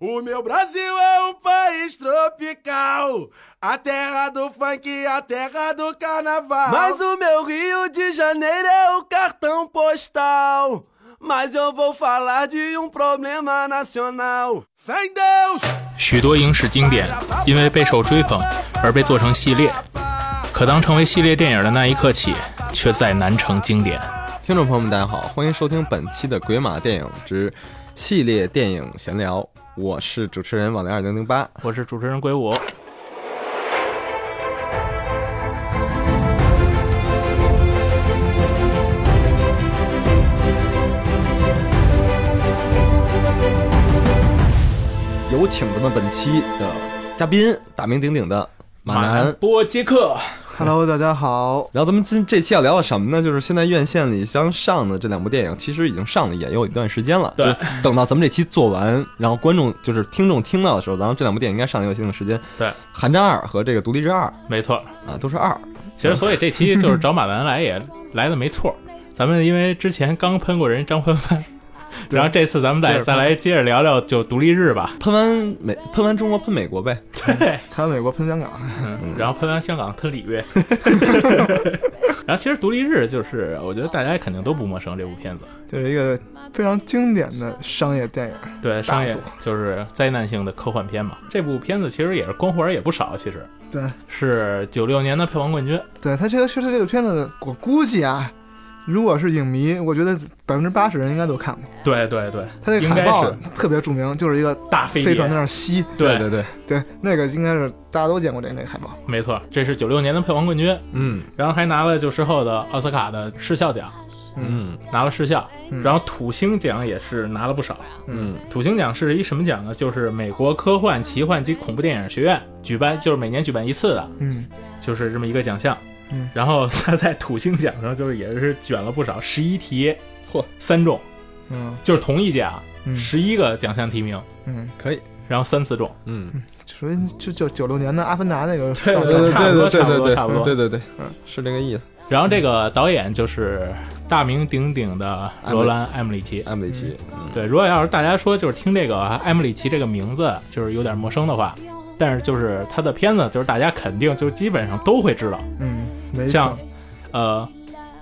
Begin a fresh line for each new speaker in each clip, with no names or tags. O meu Brasil é um país tropical, a terra do funk, a terra do carnaval.
Mas o meu Rio de Janeiro é o cartão postal. Mas eu vou falar de um problema nacional.
Fé em Deus!
许多影史经典因为备受追捧而被做成系列，可当成为系列电影的那一刻起，却再难成经典。
听众朋友们，大家好，欢迎收听本期的《鬼马电影之系列电影闲聊》，我是主持人网聊二零零八。
我是主持人鬼武，
有请咱们本期的嘉宾，大名鼎鼎的马南。
波杰克。
Hello，大家好。
然后咱们今这期要聊的什么呢？就是现在院线里将上的这两部电影，其实已经上了也有一段时间了。
对，
等到咱们这期做完，然后观众就是听众听到的时候，然后这两部电影应该上的有一定的时间。
对
《寒战二》和这个《独立之二》
没错，嗯
啊，都是二。
其实所以这期就是找马南来 也来的没错。咱们因为之前刚喷过人张帆帆，然后这次咱们再再来接着聊聊就独立日吧。
喷完美，喷完中国，喷美国呗。
对，
看美国喷香港，
嗯，然后喷完香港喷里 约。然后其实独立日就是我觉得大家肯定都不陌生这部片子，
这是一个非常经典的商业电影。
对商业
作
就是灾难性的科幻片嘛。这部片子其实也是光环也不少，其实
对，
是九六年的票房冠军。
对他这个其实这个片子，我估计啊，如果是影迷，我觉得百分之八十人应该都看过。
对对对，
他那个
应该
海报
是
特别著名，就是一个
大飞碟
飞船在那儿吸。
对
对对，
对，那个应该是大家都见过这那个海报。
没错，这是九六年的票房冠军，
嗯
然后还拿了就之后的奥斯卡的视效奖，
嗯
拿了视效，
嗯
然后土星奖也是拿了不少。
嗯
土星奖是一什么奖呢？就是美国科幻、奇幻及恐怖电影学院举办，就是每年举办一次的，
嗯，
就是这么一个奖项。
嗯
然后 他在土星奖上就是也是卷了不少，十一题，
嚯，
三中，
嗯
就是同一奖，
嗯
十一个奖项提名，
嗯，
可以，
然后三次中。
嗯，
所以就就九六年的《阿凡达》那个
对
照
对对
片
对
差不
对
多
对
差不
对
多
对
差不多
对对对
嗯，
是这个意思。
然后这个导演就是大名鼎鼎的罗兰·艾姆里奇。
安布里奇，嗯
对，如果要是大家说就是听这个艾姆里奇这个名字就是有点陌生的话，但是就是他的片子，就是大家肯定就基本上都会知道，
嗯，没
像
错，
呃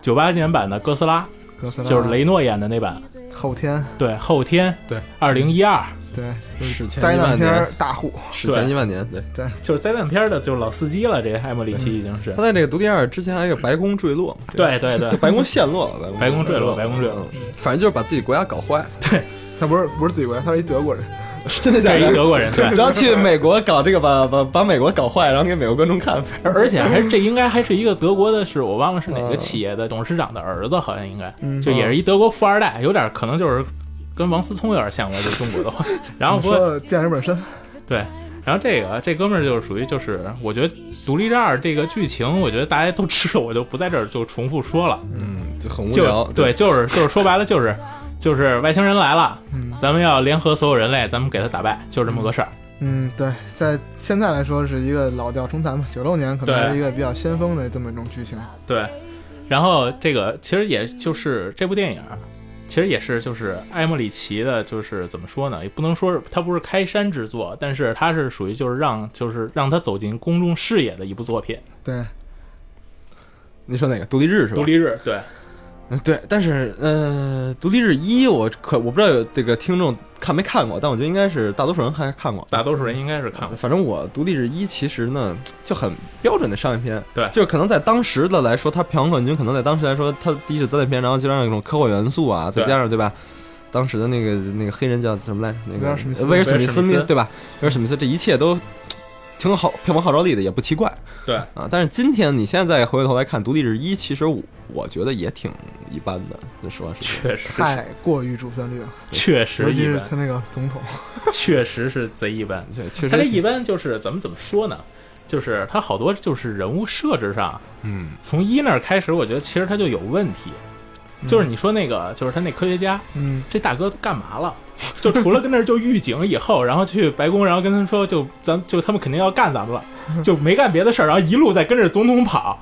九八年版的哥斯拉，
哥斯拉
就是雷诺演的那版，
后天，
对，后天，
对，
二零一二，
对，
史前
灾
一万
难片
年，
儿大户。
史前一万年，对。
就是灾难片的，就是老司机了，这艾姆里奇已经是
他，在这个独立二之前还有白宫坠落嘛？
对对
就
对，
白宫陷落了，
白宫坠落，白宫坠落
嗯，，反正就是把自己国家搞坏，
他不是不是自己国家，他是一德国人。
真的假
这是一
的？
德国人，对，
然后去美国搞这个，把把把美国搞坏，然后给美国观众看。
而而且还是这应该还是一个德国的，是我忘了是哪个
嗯
企业的董事长的儿子，好像应该
嗯
就也是一德国富二代，有点可能就是跟王思聪有点像吧，就中国 的话。然后
你
不过
说见人本身，
对，然后这个这哥们儿就是属于就是，我觉得《独立日二》这个剧情，我觉得大家都知道，我就不在这儿就重复说了。
嗯，就很无
就
聊。
对，就是就是说白了就是就是外星人来了，
嗯
咱们要联合所有人类，咱们给他打败，就是这么个事儿。
嗯，对，在现在来说是一个老调重弹嘛，九六年可
对
能是一个比较先锋的这么一种剧情。
对，然后这个其实也就是这部电影，其实也是就是艾莫里奇的，就是怎么说呢，也不能说是它不是开山之作，但是它是属于就是让就是让他走进公众视野的一部作品。
对，
你说哪个？独立日是吧？
独立日，对
嗯对，但是呃，独立日一我可我不知道有这个听众看没看过，但我觉得应该是大多数人还是看过。
大多数人应该是看过。
反正我《独立日一》其实呢就很标准的商业片，
对
就是可能在当时的来说，它票房冠军，可能在当时来说，它第一是灾难片，然后加上那种科幻元素啊，
对
再加上对吧？当时的那个那个黑人叫什么来着？那
威
个
尔史密斯
呃威尔史密
威尔史密斯
对吧？威尔史密斯，这一切都挺有好，票房号召力的，也不奇怪
对
啊。但是今天你现在回过头来看《独立日一》，其实我我觉得也挺一般的，就说是
确实是，
太过于主旋律了，
确
尤
实
其
一
是
般，
他那个 总统，
确实是贼一般。
对，确
他这
实
一般就是咱们怎么说呢？就是他好多就是人物设置上，
嗯，
从一那儿开始，我觉得其实他就有问题。就是你说那个，就是他那科学家，
嗯，
这大哥干嘛了？ 就除了跟那儿就预警以后，然后去白宫，然后跟他们说， 就咱就他们肯定要干咱们了，就没干别的事儿，然后一路在跟着总统跑。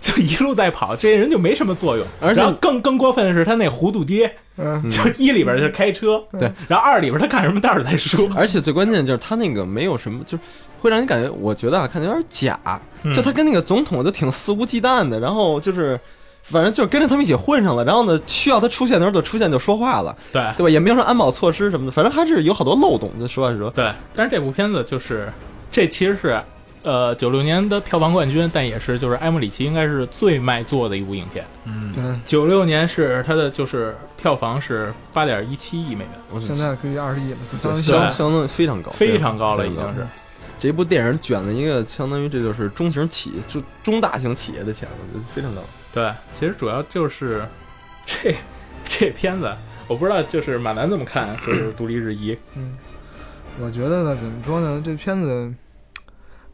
就一路在跑，这些人就没什么作用。
而且
然后更更过分的是，他那糊涂爹，
嗯，
就一里边就是开车，
对，
然后二里边他干什么，待会儿再 说。
而且最关键就是他那个没有什么，就是会让你感觉，我觉得啊，看着有点假。
嗯
就他跟那个总统就挺肆无忌惮的，然后就是，反正就是跟着他们一起混上了。然后呢，需要他出现的时候就出现就说话了，
嗯对
对吧？也没有什么安保措施什么的，反正还是有好多漏洞。就实话实说，
对，但是这部片子就是，这其实是呃九六年的票房冠军，但也是就是埃姆里奇应该是最卖座的一部影片。
对，
九六年是它的就是票房是八点一七亿美元，
我
现在可以二十亿了，就
对
相当于
相相当于非常高，
非常高了已
非常
经是。
这部电影卷了一个相当于这就是中型企业，就中大型企业的钱了，就非常高。
对，其实主要就是 这这片子，我不知道就是马南怎么看，就是《独立日一》
我觉得呢，怎么说呢，这片子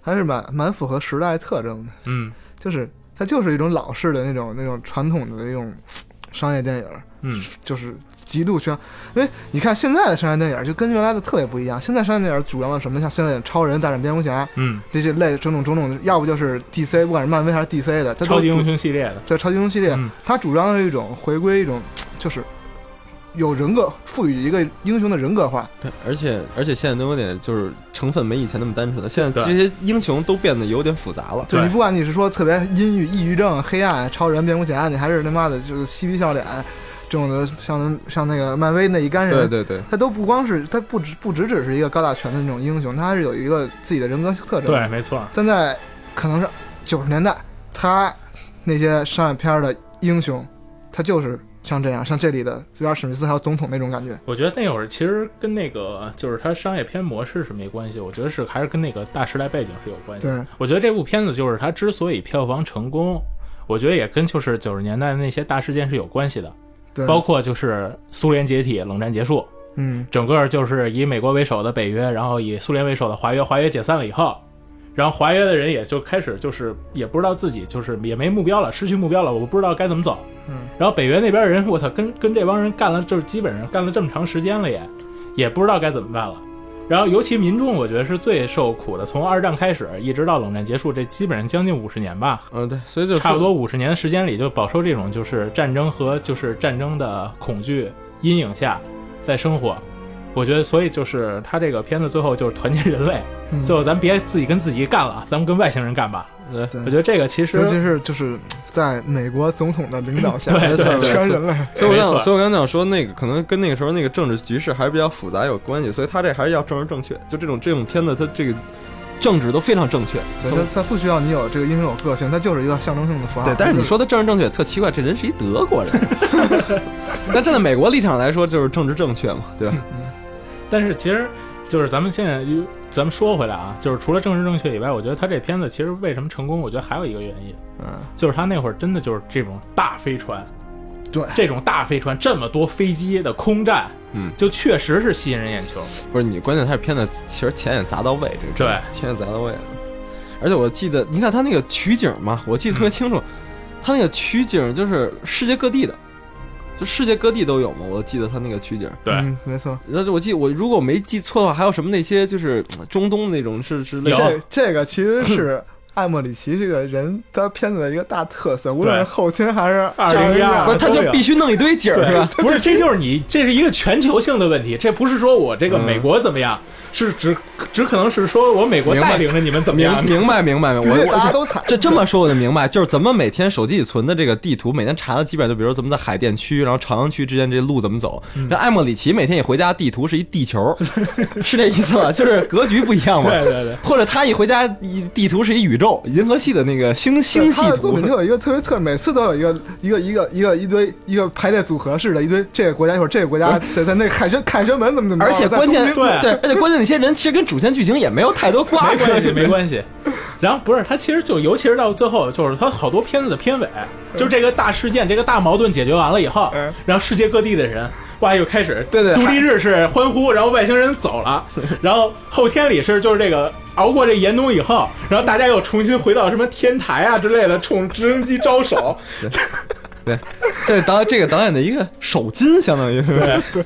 还是蛮蛮符合时代特征的，
嗯。
就是它就是一种老式的那种那种传统的那种商业电影儿，
嗯，
就是极度宣，因为你看现在的商业电影儿就跟原来的特别不一样，现在商业电影儿主要是什么？像现在的超人、大战蝙蝠侠
嗯，
这些类种种种种，要不就是 DC，不管是漫威还是 DC 的，它
超
都
级英
主
雄系列的，
在超级英雄系列，
嗯
它主张是一种回归一种，就是有人格，赋予一个英雄的人格化。
对，而且而且现在都有点就是成分没以前那么单纯了，现在
对
这些英雄都变得有点复杂了。
就
对
你不管你是说特别阴郁、抑郁症、黑暗、超人、蝙蝠侠，你还是他妈的就是嬉皮笑脸这种的，像像那个漫威那一干人，
对对对，
他都不光是他不只不只只是一个高大全的那种英雄，他还是有一个自己的人格特征。
对，，没错，
但在可能是九十年代，他那些商业片的英雄，他就是像这样，像这里的威尔史密斯还有总统那种感觉。
我觉得那会儿其实跟那个就是它商业片模式是没关系，我觉得是还是跟那个大时代背景是有关系。
对，
我觉得这部片子就是它之所以票房成功，我觉得也跟就是九十年代那些大事件是有关系的，
对，
包括就是苏联解体、冷战结束，
嗯，
整个就是以美国为首的北约，然后以苏联为首的华约，华约解散了以后。然后华约的人也就开始就是也不知道自己就是也没目标了，失去目标了，我不知道该怎么走。
嗯，
然后北约那边人，我操，跟跟这帮人干了，就是基本上干了这么长时间了也，也不知道该怎么办了。然后尤其民众，我觉得是最受苦的，从二战开始一直到冷战结束，这基本上将近五十年吧，
嗯、对，所以就
差不
说
多五十年的时间里，就饱受这种就是战争和就是战争的恐惧阴影下在生活。我觉得，所以就是他这个片子最后就是团结人类，
嗯
最后咱别自己跟自己干了，咱们跟外星人干吧。
对
对
我觉得这个其实
尤其是嗯就是在美国总统的领导下，
对对
对
全人类。
所以我
没错
想，所以我刚才想说，那个可能跟那个时候那个政治局势还是比较复杂有关系，所以他这还是要政治正确。就这种这种片子，它这个政治都非常正确。
对
从
他他不需要你有这个英雄有个性，他就是一个象征性的符号。
对，但是你说的政治正确特奇怪，这人是一德国人。 但站在美国立场来说，就是政治正确嘛，对吧？
但是其实就是咱们现在，咱们说回来啊，就是除了政治正确以外，我觉得他这片子其实为什么成功，我觉得还有一个原因，
嗯，
就是他那会儿真的就是这种大飞船，
对
这种大飞船这么多飞机的空战，
嗯
就确实是吸引人眼球。
不是你，关键他这片子其实钱也砸到位，这个真的
对
钱也砸到位了。而且我记得，你看他那个取景嘛，我记得特别
嗯
清楚，他那个取景就是世界各地的，就世界各地都有嘛。我记得他那个取景。
对
嗯，没错。
然后我记我如果没记错的话，还有什么那些就是嗯中东那种是是类
有
似
这这个其实是艾莫里奇这个人他片子的一个大特色，无论是后天还是
二零一二
不是他就必须弄一堆景儿 是吧？
不是，这就是你，这是一个全球性的问题，这不是说我这
嗯
个美国怎么样，是只只可能是说我美国
明白
带领着你们怎么
明
样，
明白明白明白，
必须
我
大家
我
都踩。
这这么说我就明白，就是咱们每天手机里存的这个地图，每天查的基本上就比如说咱们在海淀区，然后朝阳区之间这路怎么走。
嗯
那艾莫里奇每天也回家地图是一地球， 是这意思吧？就是格局不一样嘛。
对对对。
或者他一回家，一地图是一宇宙银河系的那个星
对
星系
他的作
图
品，就有一个特别特，每次都有一个一个一个一个一堆一个排列组合式的，一堆这个国家一会儿这个国家在在那凯旋凯旋门怎么怎么着，
而且
在
关键
东京
对
对，而且关键那些人其实跟主线剧情也没有太多瓜
没
葛，
关系，没关系。然后不是他，其实就尤其是到最后，就是他好多片子的片尾，就是这个大事件、这个大矛盾解决完了以后
嗯，
然后世界各地的人哇又开始
对对
独立日是欢呼，然后外星人走 了，然后后天里是就是这个熬过这严冬以后，然后大家又重新回到什么天台啊之类的，冲直升机招手，
对，这是导这个导演的一个手筋，相当于是
对，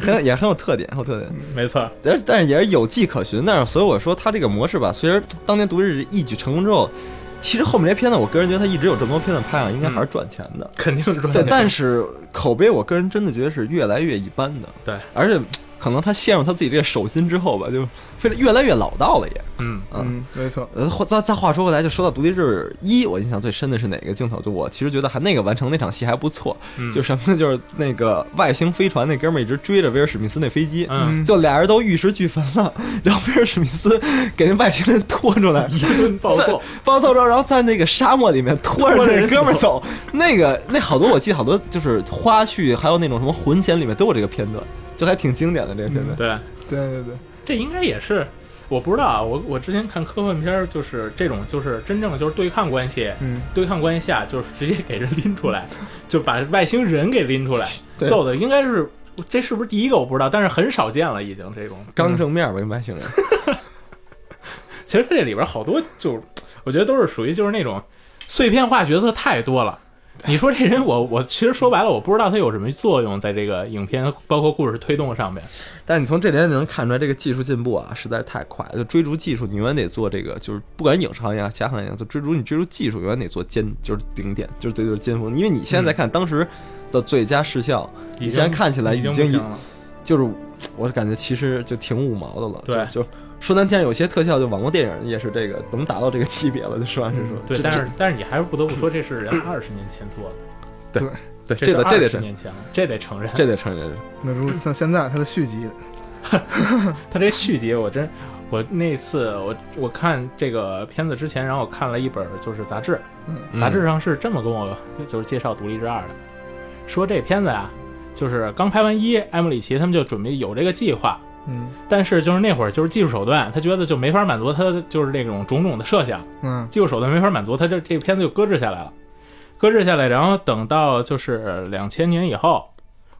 很也很有特点，很有特点。
没错，
但是但是也是有迹可循。但是所以我说他这个模式吧，虽然当年《独立日》一举成功之后，其实后面这些片子，我个人觉得他一直有这么多片子拍啊，应该还是赚钱的。
肯定嗯是赚
对
钱，，
但是口碑，我个人真的觉得是越来越一般的。
对，
而且可能他陷入他自己这个手心之后吧，就非得越来越老道了也。
嗯
嗯，没错，
呃，话再再话说回来，就说到《独立日一》，我印象最深的是哪个镜头？就我其实觉得还那个完成那场戏还不错，
嗯
就什么呢就是那个外星飞船那哥们儿一直追着威尔史密斯那飞机，
嗯，
就俩人都玉石俱焚了，然后威尔史密斯给那外星人拖出来，
一顿 暴
在
揍，
暴揍之后，然后在那个沙漠里面拖着
拖着
那
人
哥们儿
走
走，那个那好多我记得好多就是花絮，还有那种什么魂剪里面都有这个片段，就还挺经典的这个片段。
对，
对对对，
这应该也是，我不知道啊，我我之前看科幻片儿，就是这种，就是真正的就是对抗关系，
嗯，
对抗关系下就是直接给人拎出 来，就把外星人给拎出来
对
揍的，应该是这是不是第一个我不知道，但是很少见了已经这种。
刚正面吧，跟外星人，
其实它这里边好多就是，我觉得都是属于就是那种碎片化角色太多了。你说这人我，我其实说白了，我不知道他有什么作用在这个影片包括故事推动上面。
但你从这点你能看出来，这个技术进步啊，实在是太快了。就追逐技术，你永远得做这个，就是不管影视行业、啊，其他行业啊，就追逐你追逐技术，永远得做尖，就是顶点，就是对就是尖峰。因为你现在看当时的最佳视效，你现在看起来
已
已
经不
经
行了，
就是我感觉其实就挺五毛的了。
对
就就说难听，有些特效就网络电影也是这个能达到这个级别了，就实话实说。
对，
这
但是但是你还是不得不说，这是人二十年前做的。
这对
这
这
是
得这得
20
承
年前了，这得承认。
这得承认，
那如果像现在它的续集，
他这续集，我真，我那次我我看这个片子之前，然后我看了一本就是杂志，
嗯
杂志上是这么跟我就是介绍《独立之二》的，说这片子啊，就是刚拍完一，埃姆里奇他们就准备有这个计划，
嗯
但是就是那会儿就是技术手段，他觉得就没法满足他的就是那种种种的设想，
嗯
技术手段没法满足，他这这个片子就搁置下来了，搁置下来，然后等到就是两千年以后，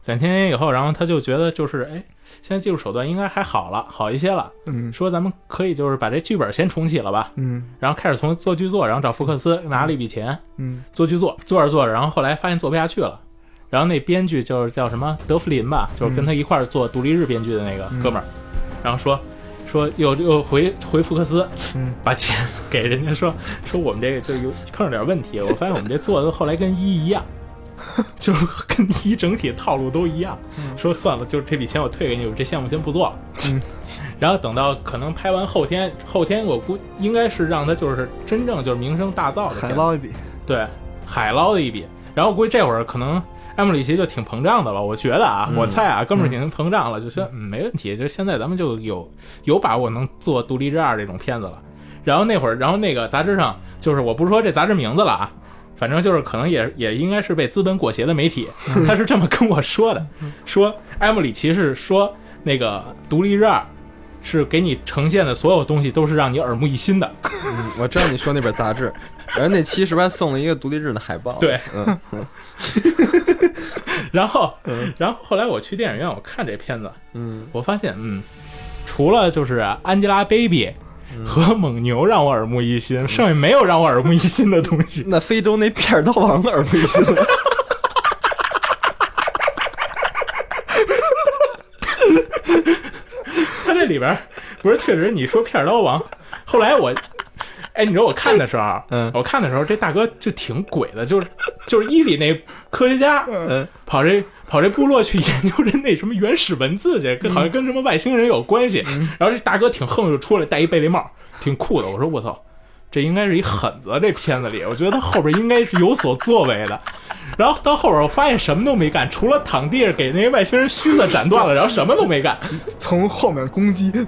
两千年以后，然后他就觉得就是哎，现在技术手段应该还好了，好一些了，
嗯
说咱们可以就是把这剧本先重启了吧，
嗯
然后开始从做剧作，然后找福克斯拿了一笔钱
嗯
做剧作，做着做着，然后后来发现做不下去了。然后那编剧就是叫什么德弗林吧，
嗯
就是跟他一块儿做《独立日》编剧的那个哥们儿，然后说说又又回回福克斯，
嗯
把钱 给人家说说我们这个就有碰上点问题，我发现我们这做的后来跟一一样， 就是跟一整体套路都一样。说算了，就是这笔钱我退给你，我这项目先不做了。
嗯，
然后等到可能拍完后天，后天我估应该是让他就是真正就是名声大噪的
海
片子
捞一笔，
对，海捞的一笔。然后估计这会儿可能埃姆里奇就挺膨胀的了，我觉得啊，我猜啊，哥们儿挺膨胀了，就说嗯没问题，就是现在咱们就有有把握能做《独立之二》这种片子了。然后那会儿，然后那个杂志上，就是我不是说这杂志名字了啊，反正就是可能也也应该是被资本裹挟的媒体，他是这么跟我说的，说埃姆里奇是说那个《独立之二》是给你呈现的所有东西都是让你耳目一新的，
嗯我知道你说那本杂志，然后那期是不是还送了一个独立日的海报？
对
嗯，嗯
然后，然后后来我去电影院，我看这片子，
嗯，
我发现，嗯，除了就是安吉拉 baby 和蒙牛让我耳目一新，剩下没有让我耳目一新的东西。
那非洲那片儿刀王耳目一新了。
它这里边儿不是确实你说片儿刀王，后来我。哎，你知道我看的时候，
嗯
我看的时候，这大哥就挺鬼的，就是就是伊里那科学家，
嗯
跑这跑这部落去研究这那什么原始文字去，跟好像跟什么外星人有关系。然后这大哥挺横，就出来戴一贝雷帽，挺酷的。我说我操，这应该是一狠子，这片子里，我觉得他后边应该是有所作为的。然后到后边我发现什么都没干，除了躺地上给那个外星人须子斩断了，然后什么都没干。
从后面攻击，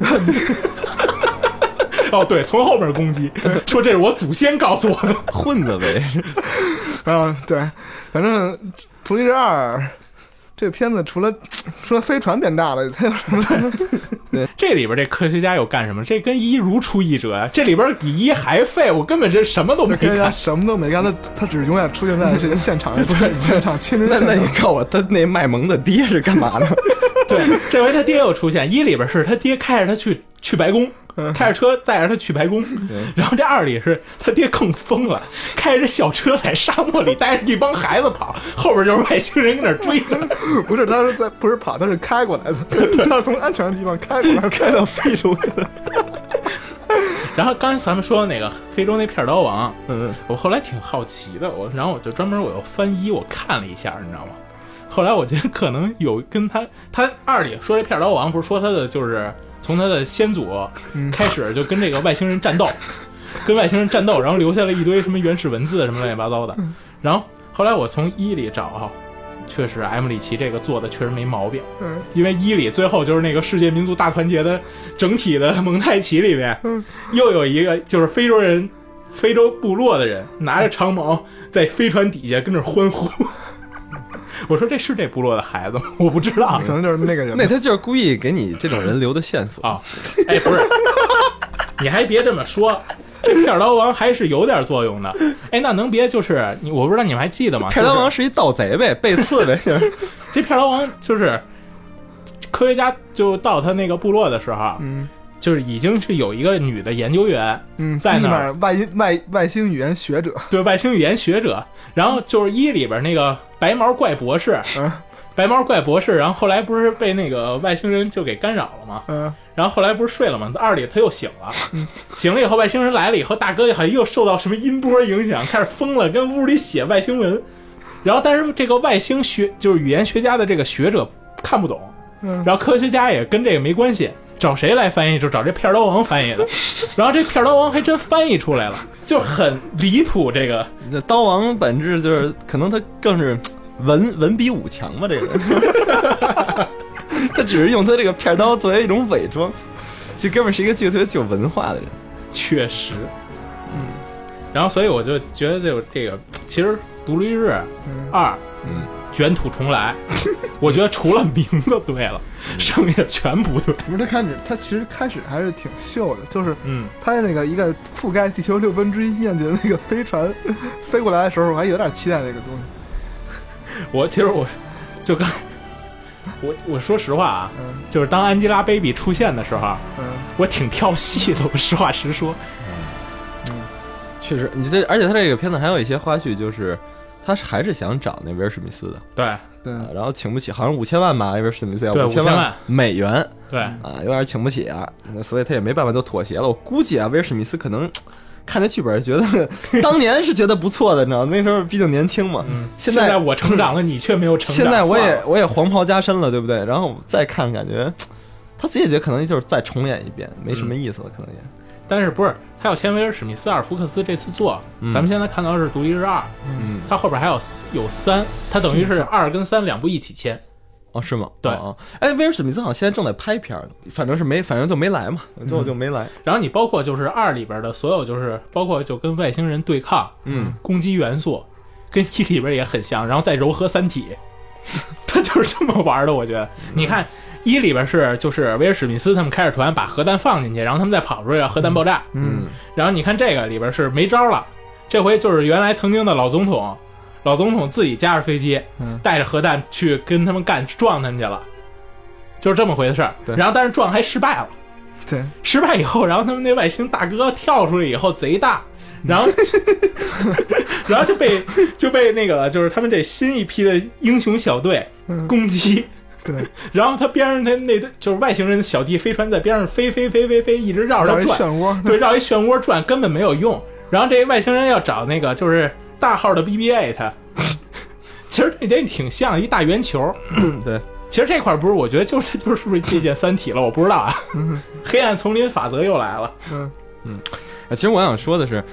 哦，对，从后边攻击，说这是我祖先告诉我的。
混子呗，
啊，对，反正《独立日二》这个片子除了除了飞船变大了，它有什么？
这里边这科学家又干什么？这跟一如出一辙啊呀！这里边比一还废，我根本这什么都没
科学家
干。
什么都没干，他他只是永远出现在这个现场，对现场亲临
那
现
那你
场。
告诉我，他那卖萌的爹是干嘛的？
对，这回他爹又出现，一里边是他爹开着他去去白宫，开着车带着他去白宫，然后这二里是他爹更疯了，开着小车在沙漠里带着一帮孩子跑，后边就是外星人跟那儿追着，
不是，他是在不是跑，他是开过来的，他是从安全的地方开过来的。
开到非洲去了。
然后刚才咱们说的那个非洲那片儿刀王，
嗯，
我后来挺好奇的，我然后我就专门我又翻译我看了一下，你知道吗？后来我觉得可能有跟他他二里说这片儿刀王不是说他的就是从他的先祖
嗯
开始就跟这个外星人战 斗，跟外星人战斗，然后留下了一堆什么原始文字什么乱七八糟的。
嗯
然后后来我从一里找，确实埃姆里奇这个做的确实没毛病，
嗯，
因为一里最后就是那个世界民族大团结的整体的蒙太奇里面，
嗯
又有一个就是非洲人、非洲部落的人拿着长矛在飞船底下跟着欢呼。 我说这是这部落的孩子吗？ 我不知道
嗯
可能就是那个人吧
那。他就是故意给你这种人留的线索。
啊。哎，不是， 你还别这么说，这片儿刀王还是有点作用的。哎，那能别就是你？我不知道你们还记得吗？
片刀
就是
王是一盗贼呗，背刺呗，就是
这片儿刀王就是科学家就到他那个部落的时候，
嗯
就是已经是有一个女的研究员，
嗯，
在
立
那
马
儿
外音外外星语言学者，
对外星语言学者，然后就是一里边那个白毛怪博士，
嗯
白毛怪博士，然后后来不是被那个外星人就给干扰了吗？
嗯，
然后后来不是睡了吗？二里他又醒了，醒了以后外星人来了以后，大哥好像又受到什么音波影响，开始疯了，跟屋里写外星文。然后但是这个外星学就是语言学家的这个学者看不懂，
嗯
然后科学家也跟这个没关系。找谁来翻译？就找这片儿刀王翻译的，然后这片儿刀王还真翻译出来了，就很离谱。这个
这刀王本质就是，可能他更是文文比武强吧，这个人。 他只是用他这个片刀作为一种伪装，这哥们儿是一个具特别具有文化的人。
确实，嗯，然后所以我就觉得这个这个其实《独立日
嗯
二》
嗯，
卷土重来，我觉得除了名字对了，
嗯
剩下全不对。
不是他开始，他其实开始还是挺秀的，就是
嗯，
他那个一个覆盖地球六分之一面积的那个飞船飞过来的时候，我还有点期待这个东西。
我其实我就刚我我说实话啊，
嗯
就是当 Angelababy 出现的时候，
嗯
我挺跳戏的。我实话实说，
确实，你这而且他这个片子还有一些花絮，就是他是还是想找那威尔史密斯的，
对
对，
啊然后请不起，好像五千万吧，威尔史密斯要
对
千
5000万
美元。
对，
啊，有点请不起啊，所以他也没办法就妥协了。我估计啊，威尔史密斯可能看这剧本，觉得当年是觉得不错的，你知道，那时候毕竟年轻嘛。
嗯，
现
在
在
我成长了，你却没有成长。
现在我
算
也
了
我也黄袍加身了，对不对？然后再看，感觉他自己也觉得可能就是再重演一遍，没什
嗯
么意思了，可能也。
但是不是他要签威尔史密斯、阿尔福克斯这次做，
嗯
咱们现在看到的是《独立日二》，
嗯，
它后边还有四有三，它等于是二跟三两部一起签。
哦，是吗？
对
哦哦哎，威尔史密斯好像现在正在拍片儿，反正是没，反正就没来嘛，最后就没来。
然后你包括就是二里边的所有，就是包括就跟外星人对抗，
嗯，
攻击元素，跟一里边也很像，然后再柔合三体， 它就是这么玩的。我觉得，你看一里边是就是威尔史密斯他们开着船把核弹放进去，然后他们再跑出去，核弹爆炸。
嗯，
然后你看这个里边是没招了，这回就是原来曾经的老总统，老总统自己驾着飞机，
嗯
带着核弹去跟他们干，撞他们去了，就是这么回事儿。
对
然后但是撞还失败了。
对，
失败以后，然后他们那外星大哥跳出来以后贼大，
嗯
然后， 然后就被就被那个就是他们这新一批的英雄小队
嗯
攻击，
对，
然后他边上他那就是外星人的小弟飞船在边上飞飞飞飞飞，一直绕着他
绕一漩
转，
涡，
对，绕一漩涡转根本没有用。然后这外星人要找那个就是大号的 BB-8，其实这点挺像一大圆球。
嗯对，
其实这块儿不是，我觉得就是就是不是借鉴《三体》了，我不知道啊。黑暗丛林法则又来了。
嗯
啊，其实我想说的是，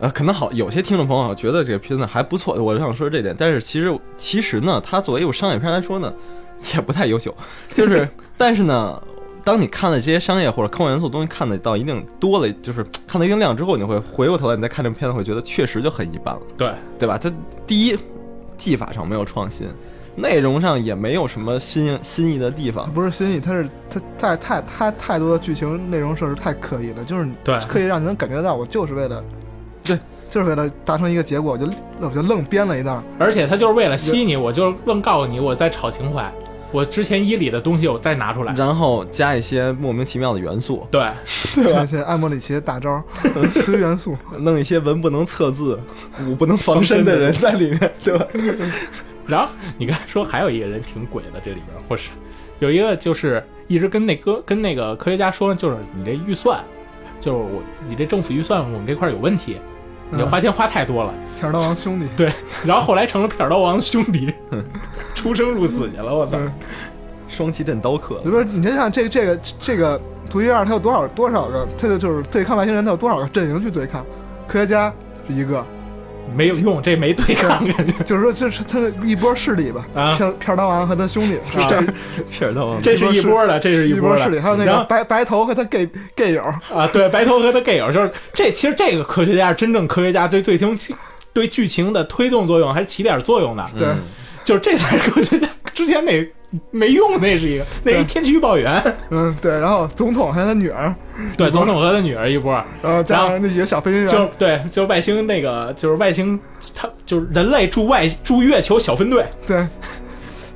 呃，可能好有些听众朋友觉得这个片子还不错，我想说这点。但是其实其实呢，它作为一部商业片来说呢，也不太优秀。就是， 但是呢，当你看了这些商业或者科幻元素的东西看的到一定多了，就是看到一定量之后，你会回过头来你再看这部片子，会觉得确实就很一般了，
对，
对吧？它第一技法上没有创新，内容上也没有什么新新意的地方。
不是新意，它是它太太太太多的剧情内容设置太刻意了，就是你
对
刻意让你能感觉到，我就是为了，
对，
就是为了达成一个结果，我就我就愣编了一道，
而且他就是为了吸你，我就愣告诉你我在炒情怀，我之前伊里的东西我再拿出来。
然后加一些莫名其妙的元素，
对，
对吧？些艾莫里奇的大招，堆元素，
弄一些文不能测字、武不能防身的人在里面，对吧？
然后你刚才说还有一个人挺鬼的，这里边我是有一个就是一直跟那哥跟那个科学家说，就是你这预算就是我你这政府预算我们这块儿有问题，你
嗯
花钱花太多了。
铁儿大王兄弟，
对，然后后来成了片儿刀王兄弟，
嗯
出生入死去了。我操！
双旗镇刀 客
不是你就像这这个这个毒液二，它有多少多少个？它的就是对抗外星人，它有多少个阵营去对抗？科学家是一个，
没有用，这没对抗
嗯
感觉。
就是说就是它的一波势力吧。
啊
片儿片儿大王和他兄弟，
啊
这
片儿刀，
这是一波的，这是
一
波
波
的。
势力，还有那
然
个
后
白白头和他 gay gay 友，
啊，对，白头和他 gay 友就是这，其实这个科学家是真正科学家对对听对剧情的推动作用还是起点作用的，
对，
嗯
就是这才是科学家。之前那没用，那是一个，那是一
对
天气预报员，
嗯对，然后总统还有他女儿，
对，总统和他女儿一波，
然后加上那几个小飞行员，
就是对，就是外星那个，就是外星，他就是人类驻外驻月球小分队，
对，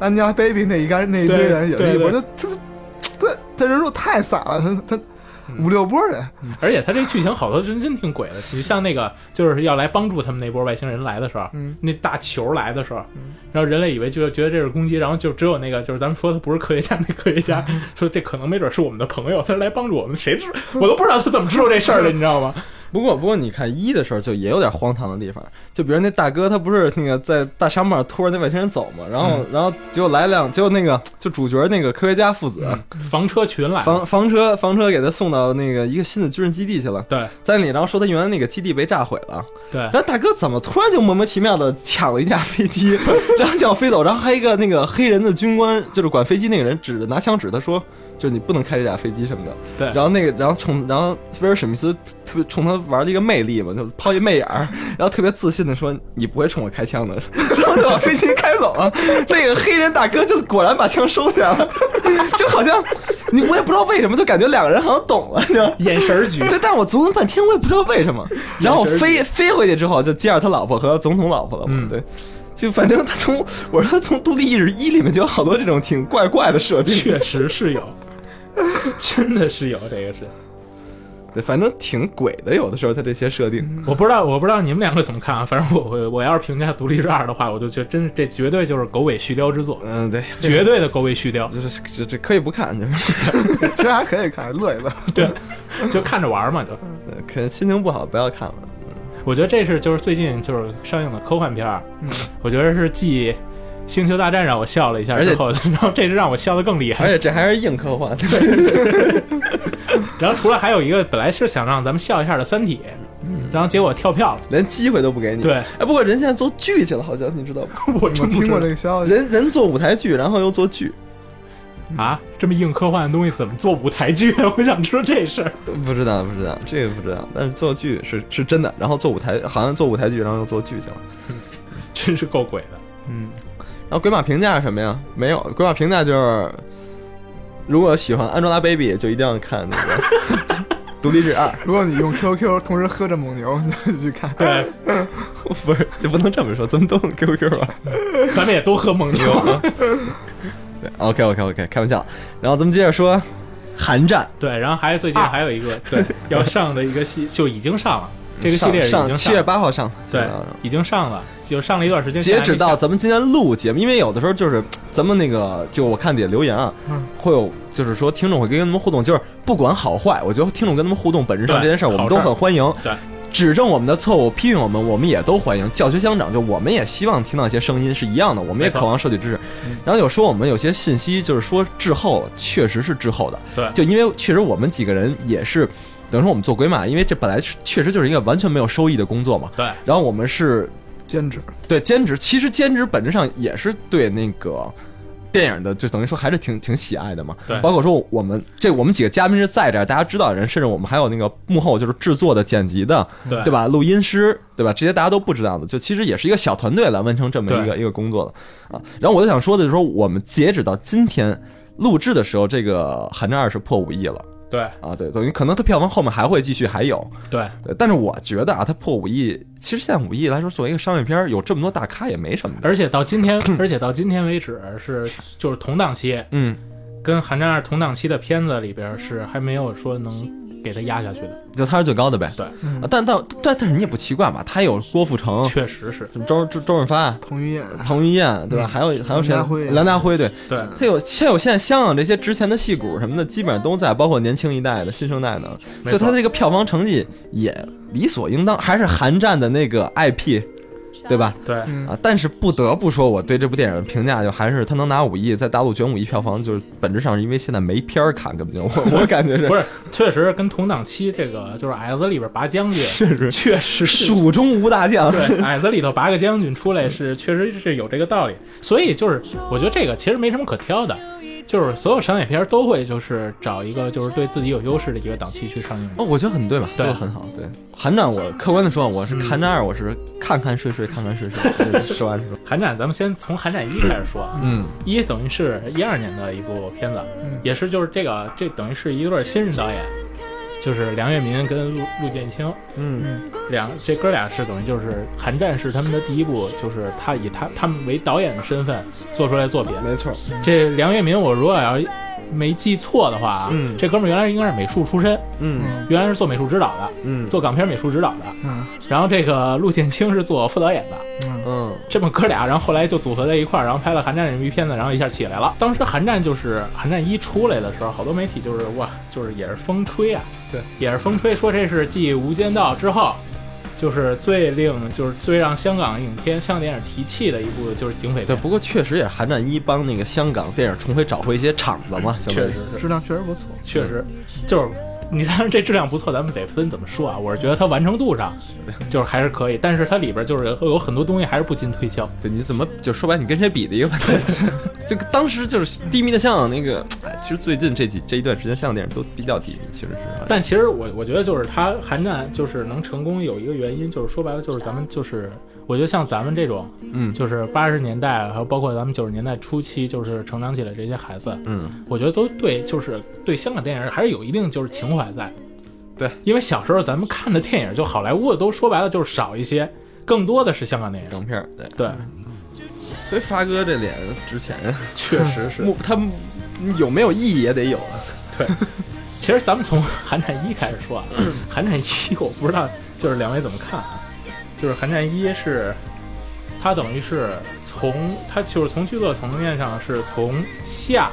安妮亚 baby 那一干那一堆人也
对
是一波，
对
就他他他人数太散了，他他
嗯
五六波人，
而且他这剧情好多真真挺鬼的，就像那个就是要来帮助他们那波外星人来的时候，
嗯
那大球来的时候，然后人类以为就觉得这是攻击，然后就只有那个就是咱们说他不是科学家，那科学家说这可能没准是我们的朋友，他是来帮助我们，谁知 我都不知道他怎么知道这事儿的，你知道 吗？
不过，不过你看一的时候就也有点荒唐的地方，就比如那大哥他不是那个在大沙漠上拖着那外星人走嘛，然后、然后结果来辆，结果那个就主角那个科学家父子，
房车群来了，
房房车房车给他送到那个一个新的军事基地去了，
对
在那里然后说他原来那个基地被炸毁了，
对
然后大哥怎么突然就莫名其妙的抢了一架 飞机，然后想飞走，然后还有一个那个黑人的军官，就是管飞机那个人指着拿枪指他说，就是你不能开这架飞机什么的。
对，
然后那个，然后冲，然后威尔史密斯特别冲他玩了一个魅力嘛，就抛 一媚眼儿，然后特别自信的说：“你不会冲我开枪的。” 然后就把飞机开走了。 那个黑人大哥就果然把枪收起来了， 就好像你我也不知道为什么，就感觉两个人好像懂了，你知道吗？
眼神儿局，
对，但是我琢磨半天，我也不知道为 什么。然后我飞飞回去之后，就接着他老婆和总统老婆了嘛。
嗯
对，就反正他从我说他从《独立意识一》里面就有好多这种挺怪怪的设定，
确实是有，真的是有这个是。
对，反正挺鬼的，有的时候他这些设定。
我不知道，我不知道你们两个怎么看啊？反正我我我要是评价《独立日二》的话，我就觉得真是这绝对就是狗尾续貂之作，
嗯，对，
绝对的狗尾续貂。
就是这这可以不看，就是
其实还可以看，乐一乐。
对，就看着玩儿嘛，就。
呃可能心情不好不要看了。
我觉得这是就是最近就是上映的科幻片儿，我觉得是继《星球大战》让我笑了一下
而且哎
之后， 然后这是让我笑得更厉害
而。且这还是硬科幻，
然后除了还有一个本来是想让咱们笑一下的《三体》，然后结果跳票了。
连机会都不给你。
对
哎，不过人现在做剧去了，好像你知道 吗？
我
我
真不
听
知
过
道
这个消息，
人人做舞台剧，然后又做剧，
啊，这么硬科幻的东西怎么做舞台剧？我想知道这事儿。
不知道不知道这个不知道，但是做剧是是真的，然后做舞台好像做舞台剧，然后又做剧去了。
真是够鬼的。
然后鬼马评价是什么呀？没有，鬼马评价就是，如果喜欢 Angelababy 就一定要看那个《独立日二》，
如果你用 QQ 同时喝着蒙牛， 你就去看。
对，
不是就不能这么说，咱们都用啊 QQ 吧。
咱们也都喝蒙牛。
OK OK OK，开玩笑。然后咱们接着说寒战，
对，然后还最近还有一个、对要上的一个 系就已经上了，这个系列已经
上上
了
七月八号上，基
对
本上，
已经上了，就上了一段时间，
截
现在还
止
没
到
下
咱们今天录节目，因为有的时候就是咱们那个，就我看底下留言啊，
嗯
会有就是说听众会跟他们互动，就是不管好坏，我觉得听众跟他们互动本质上
对
这件事儿我们
好
都
事儿
很欢迎，
对，
指正我们的错误，批评我们，我们也都欢迎，教学相长，就我们也希望听到一些声音是一样的，我们也
没错嗯
渴望摄取知识。然后有说我们有些信息就是说滞后了，确实是滞后的，
对
就因为确实我们几个人也是。等于说我们做鬼马，因为这本来是确实就是一个完全没有收益的工作嘛。
对
然后我们是
兼职，
对兼职，其实兼职本质上也是对那个电影的，就等于说还是挺挺喜爱的嘛。
对
包括说我们这我们几个嘉宾是在这儿，大家知道的人，甚至我们还有那个幕后就是制作的、剪辑的，
对
对？吧？录音师，对吧？这些大家都不知道的，就其实也是一个小团队来完成这么一个一个工作的啊。然后我就想说的就是说，我们截止到今天录制的时候，这个《寒战二》是破五亿了。
对
啊，对，等于可能它票房后面还会继续还有，
对
对，但是我觉得啊，它破五亿，其实现在五亿来说，作为一个商业片儿，有这么多大咖也没什么的。
而且到 今天，而且到今天为止是就是同档期
嗯，
跟《寒战二》同档期的片子里边是还没有说能给他压下去的。
就他是最高的呗。
对
啊，但但但但是你也不奇怪嘛，他有郭富城、
确实是，
什么周周周润发、
彭于晏，
彭于晏，对吧？
嗯
还有还有谁
梁家辉？啊
梁家辉对，
对，
他有他有现在香港这些之前的戏骨什么的，基本上都在，包括年轻一代的新生代的，
没错
所以他这个票房成绩也理所应当，还是韩战的那个 IP，对吧？
对，
嗯
啊，但是不得不说，我对这部电影的评价就还是他能拿五亿，在大陆卷五亿票房，就是本质上是因为现在没片儿看，根本就我我感觉是
不是，确实跟同档期这个就是矮子里边拔将 军，
确实
确实是
蜀中无大将，
对，矮子里头拔个将军出来是确实是有这个道理，所以就是我觉得这个其实没什么可挑的，就是所有商业片儿都会就是找一个就是对自己有优势的一个档期去上映。
哦，我觉得很对吧？
对
做的很好。对，韩战我客观的说，我是
嗯
韩战二，我是看看睡睡，看看睡睡，说完说。
韩战，咱们先从韩战一开始说，
嗯，
一等于是一二年的一部片子，也是就是这个这等于是一对儿新人导演，就是梁跃民跟陆陆建清，
嗯，
两这哥俩是等于就是韩战是他们的第一部，就是他以他他们为导演的身份做出来的作品。
没错。
这梁跃民，我如果要是没记错的话啊，
嗯
这哥们儿原来应该是美术出身，
嗯
原来是做美术指导的，
嗯
做港片美术指导的。
嗯
然后这个陆建清是做副导演的，
嗯
这么哥俩，然后后来就组合在一块儿，然后拍了《寒战》这部片子，然后一下起来了。当时《寒战》就是《寒战一》出来的时候，好多媒体就是哇，就是也是风吹啊，
对，
也是风吹，说这是继《无间道》之后，就是最令就是最让香港影片、香港电影提气的一部就是警匪
对，
片，
不过确实也是韩战一帮那个香港电影重回找回一些场子嘛，相当
确
于
实是。
质量确实不错。
确实，就是你当然这质量不错，咱们得分怎么说啊？我是觉得它完成度上就是还是可以，但是它里边就是会有很多东西还是不禁推敲。
对，你怎么就说白，你跟谁比的一个问题？ 就当时就是低迷的香港那个，哎，其实最近这几这一段时间香港电影都比较低迷，其实是。
但其实我我觉得就是它寒战就是能成功有一个原因，就是说白了就是咱们就是我觉得像咱们这种
嗯
就是八十年代还有包括咱们九十年代初期就是成长起来这些孩子，
嗯，
我觉得都对，就是对香港电影还是有一定就是情怀在。
对，
因为小时候咱们看的电影就好莱坞的都说白了就是少一些，更多的是香港电影。
港片儿对，
对，
所以发哥这脸值钱，啊
确实是
目他们有没有意义也得有啊。
其实咱们从《寒战一》开始说啊，
嗯
《寒战一》 我不知道就是两位怎么看啊，就是《寒战一》是它等于是从它就是从剧作层面上是从下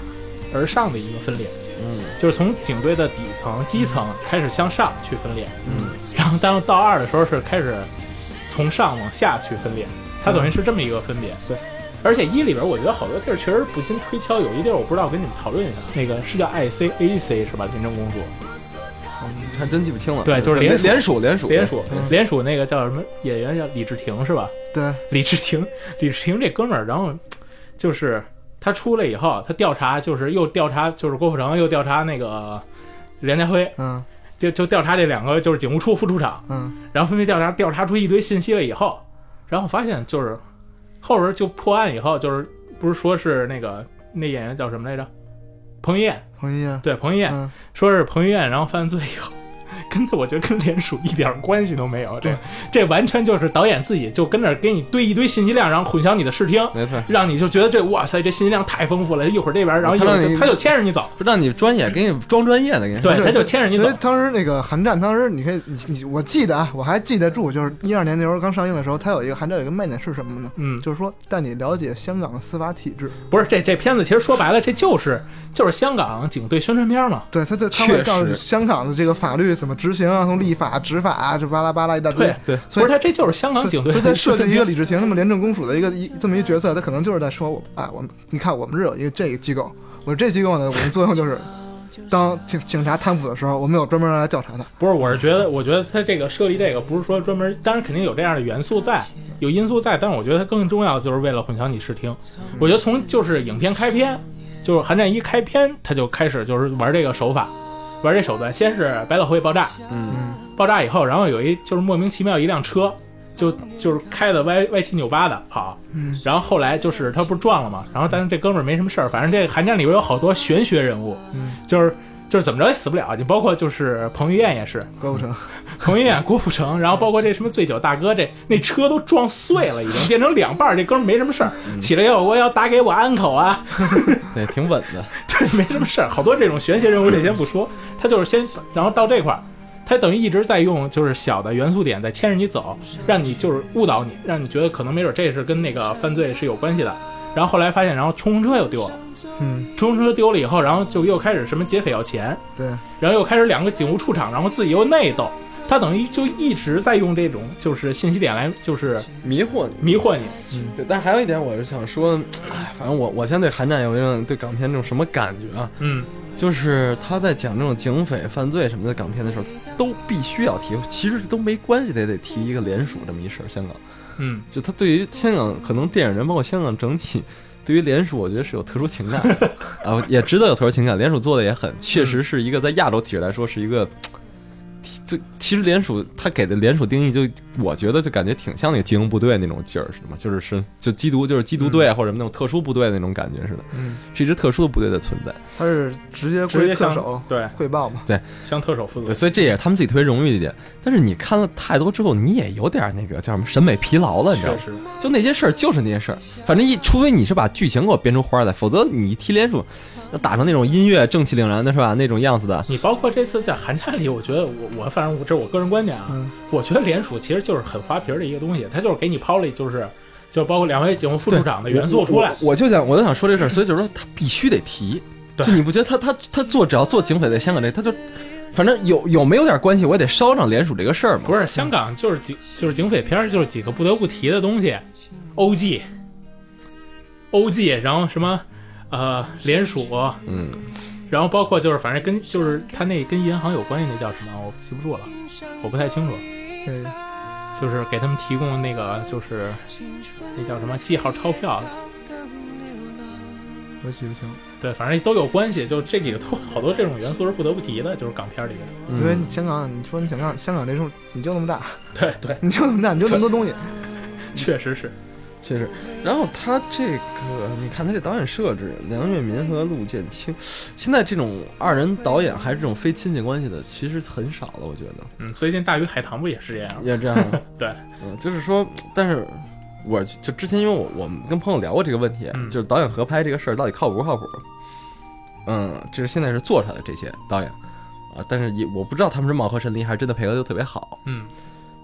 而上的一个分裂，
嗯
就是从警队的底层基层开始向上去分裂，
嗯。
然后当到二的时候是开始从上往下去分裂，它等于是这么一个分别。对，而且一里边我觉得好多地儿确实不禁推敲，有一地儿我不知道跟你们讨论一下，那个是叫 I C A C 是吧？廉政公署。
还真记不清了。
对就是
联
联
联署联署
联署
嗯
联署那个叫什么演员叫李治廷是吧？
对，
李治廷，李治廷这哥们儿，然后就是他出来以后，他调查就是又调查就是郭富城，又调查那个梁家辉，
嗯
就就调查这两个就是警务处副处长，
嗯
然后分别调查调查出一堆信息了以后，然后发现就是后边就破案以后，就是不是说是那个那演员叫什么来着？彭于晏，
彭于晏，
对彭于晏，
嗯
说是彭于晏，然后犯罪以后，跟我觉得跟联署一点关系都没有，这这完全就是导演自己就跟那儿给你堆一堆信息量，然后混淆你的视听，
没错，
让你就觉得这哇塞，这信息量太丰富了，一会儿这边，然后一会
他
儿
让你
就他就牵着你走，
不让你专业，给你装专业的，给你
对，
是
他就牵着你
因
走
为，当时那个韩战，当时你可以，你你我记得啊，我还记得住，就是一二年那时候刚上映的时候，它有一个韩战有一个卖点是什么呢？
嗯，
就是说带你了解香港的司法体制。
不是这这片子其实说白了，这就是就是香港警队宣传片嘛，
对，他他他会
确
告诉
实
你香港的这个法律怎么执行啊，从立法、执法啊，这巴拉巴拉一大堆
对。
对
不
所以
是他这就是香港警队
所以他设
宣传
置一
片
个李治廷那么廉政公署的一个一这么一角色，他可能就是在说我啊，我们你看我们这有一个这个机构，我这机构呢，我们作用就是当警警察贪腐的时候，我们有专门人来调查他。
不是，我是觉得，我觉得他这个设立这个不是说专门，当然肯定有这样的元素在，有因素在，但是我觉得它更重要的就是为了混淆你视听。我觉得从就是影片开篇，就是《寒战一》开篇，他就开始就是玩这个手法，玩这手段。先是百老汇爆炸，
嗯，
爆炸以后，然后有一就是莫名其妙一辆车，就就是开的歪歪七扭八的跑，
嗯
然后后来就是他不是撞了嘛，然后但是这哥们儿没什么事儿，反正这寒战里边有好多玄学人物，就是就是怎么着也死不了。你包括就是彭于晏也是，
郭富城，
彭于晏、郭富城，然后包括这什么醉酒大哥这那车都撞碎了，已经变成两半儿，这哥们儿没什么事儿。起来要我要打给我安口啊，
对，挺稳的。
对，没什么事儿。好多这种玄学任务这先不说，他就是先，然后到这块儿，他等于一直在用就是小的元素点在牵着你走，让你就是误导你，让你觉得可能没准这是跟那个犯罪是有关系的。然后后来发现，然后冲锋车又丢了，
嗯，
冲锋车丢了以后，然后就又开始什么劫匪要钱，
对，
然后又开始两个警务处长，然后自己又内斗，他等于就一直在用这种就是信息点来就是
迷惑你。
迷惑你。
对，但还有一点，我是想说，哎，反正我我现在对韩战有一种对港片这种什么感觉啊？
嗯，
就是他在讲这种警匪犯罪什么的港片的时候，他都必须要提，其实都没关系的，也得提一个联署这么一事儿。香港
嗯，
就他对于香港可能电影人，包括香港整体。对于联署，我觉得是有特殊情感的，啊，也值得有特殊情感。联署做的也很，确实是一个在亚洲体制来说是一个，其就其实联署他给的联署定义就，我觉得就感觉挺像那个精英部队那种劲儿，是吗？就是是就缉毒就是缉毒队啊或者什么那种特殊部队那种感觉似的，
嗯
是一支特殊的部队的存在。
他是直接
直
归
接
特
向
首
对
汇报嘛，
向特首负责
对，。所以这也是他们自己特别荣誉的一点。但是你看了太多之后，你也有点那个叫什么审美疲劳了，你知道
确
吗？
实，
就那些事儿就是那些事儿，反正一除非你是把剧情给我编出花儿来，否则你一提联署，要打成那种音乐正气凛然的是吧？那种样子的，
你包括这次在寒战里，我觉得我我反正我这是我个人观点啊，
嗯
我觉得联署其实就是很花瓶儿的一个东西，它就是给你抛了一，就是就包括两位警务副处长的元素出来，
我我我就想，我就想说这事儿，所以就是说他必须得提。
对
就你不觉得他他他做只要做警匪在香港这，他就反正有有没有点关系，我也得捎上联署这个事儿嘛。
不是香港就是警就是警匪片儿，就是几个不得不提的东西，OG。OG，然后什么，呃，联署，
嗯，
然后包括就是反正跟就是他那跟银行有关系那叫什么，我记不住了，我不太清楚。
对，
就是给他们提供那个就是那叫什么记号钞票，
我记不清，
对，反正都有关系。就这几个都好多这种元素是不得不提的，就是港片里面。
因为香港，你说你想港，香港这种你就那么大，
对对，
你就那么大，你就那么多东西，
确实是。
确实。然后他这个，你看他这导演设置，梁月民和陆建清，现在这种二人导演还是这种非亲戚关系的，其实很少了，我觉得。
嗯，最近《大鱼海棠》不也是这样吗？
也这样啊
对，
嗯，就是说，但是我就之前因为我我们跟朋友聊过这个问题，
嗯
就是导演合拍这个事儿到底靠谱不靠谱？嗯，这是现在是做出来的这些导演啊，但是也我不知道他们是貌合神离还是真的配合的特别好。
嗯，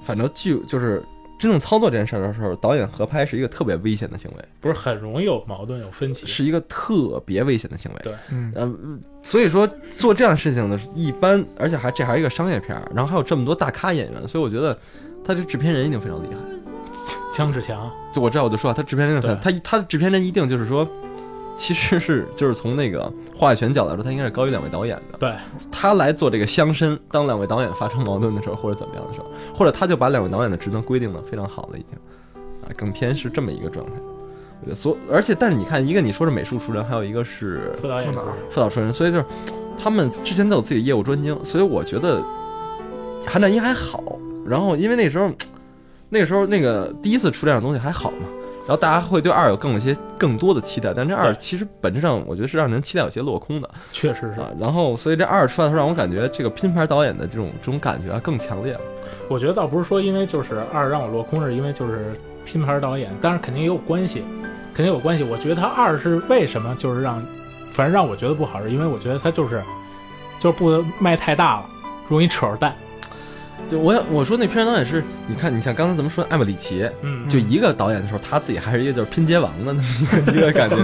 反正据就是真正操作这件事儿的时候，导演合拍是一个特别危险的行为，
不是很容易有矛盾有分歧。
是一个特别危险的行为。
对
嗯
呃，所以说做这样的事情呢，一般，而且还这还是一个商业片儿，然后还有这么多大咖演员，所以我觉得他这制片人一定非常厉害。
姜志强，
就我知道，我就说啊他制片人很，他他的制片人一定就是说，其实是 就是从那个话语权角度来说，他应该是高于两位导演的。
对，
他来做这个乡绅，当两位导演发生矛盾的时候，或者怎么样的时候，或者他就把两位导演的职能规定的非常好了，已经啊，更偏是这么一个状态。我觉得所，而且但是你看，一个你说是美术熟人，还有一个是
副导演
副导
副导熟人，所以就是他们之前都有自己的业务专精，所以我觉得韩战一还好。然后因为那时候，那个时候那个第一次出这样的东西还好嘛，然后大家会对二有更有一些更多的期待，但这二
对
其实本质上我觉得是让人期待有些落空的
确实是。
啊。然后所以这二出来的时候，让我感觉这个拼盘导演的这种这种感觉啊更强烈了。
我觉得倒不是说因为就是二让我落空，是因为就是拼盘导演，当然肯定也有关系，肯定有关系。我觉得他二是为什么就是让，反正让我觉得不好，是因为我觉得他就是就是不卖太大了，容易扯着蛋。
对，我我说那片导演是，你看你看刚才咱们说艾米里奇，
嗯，
就一个导演的时候，他自己还是一个就是拼接王的那么一个感觉，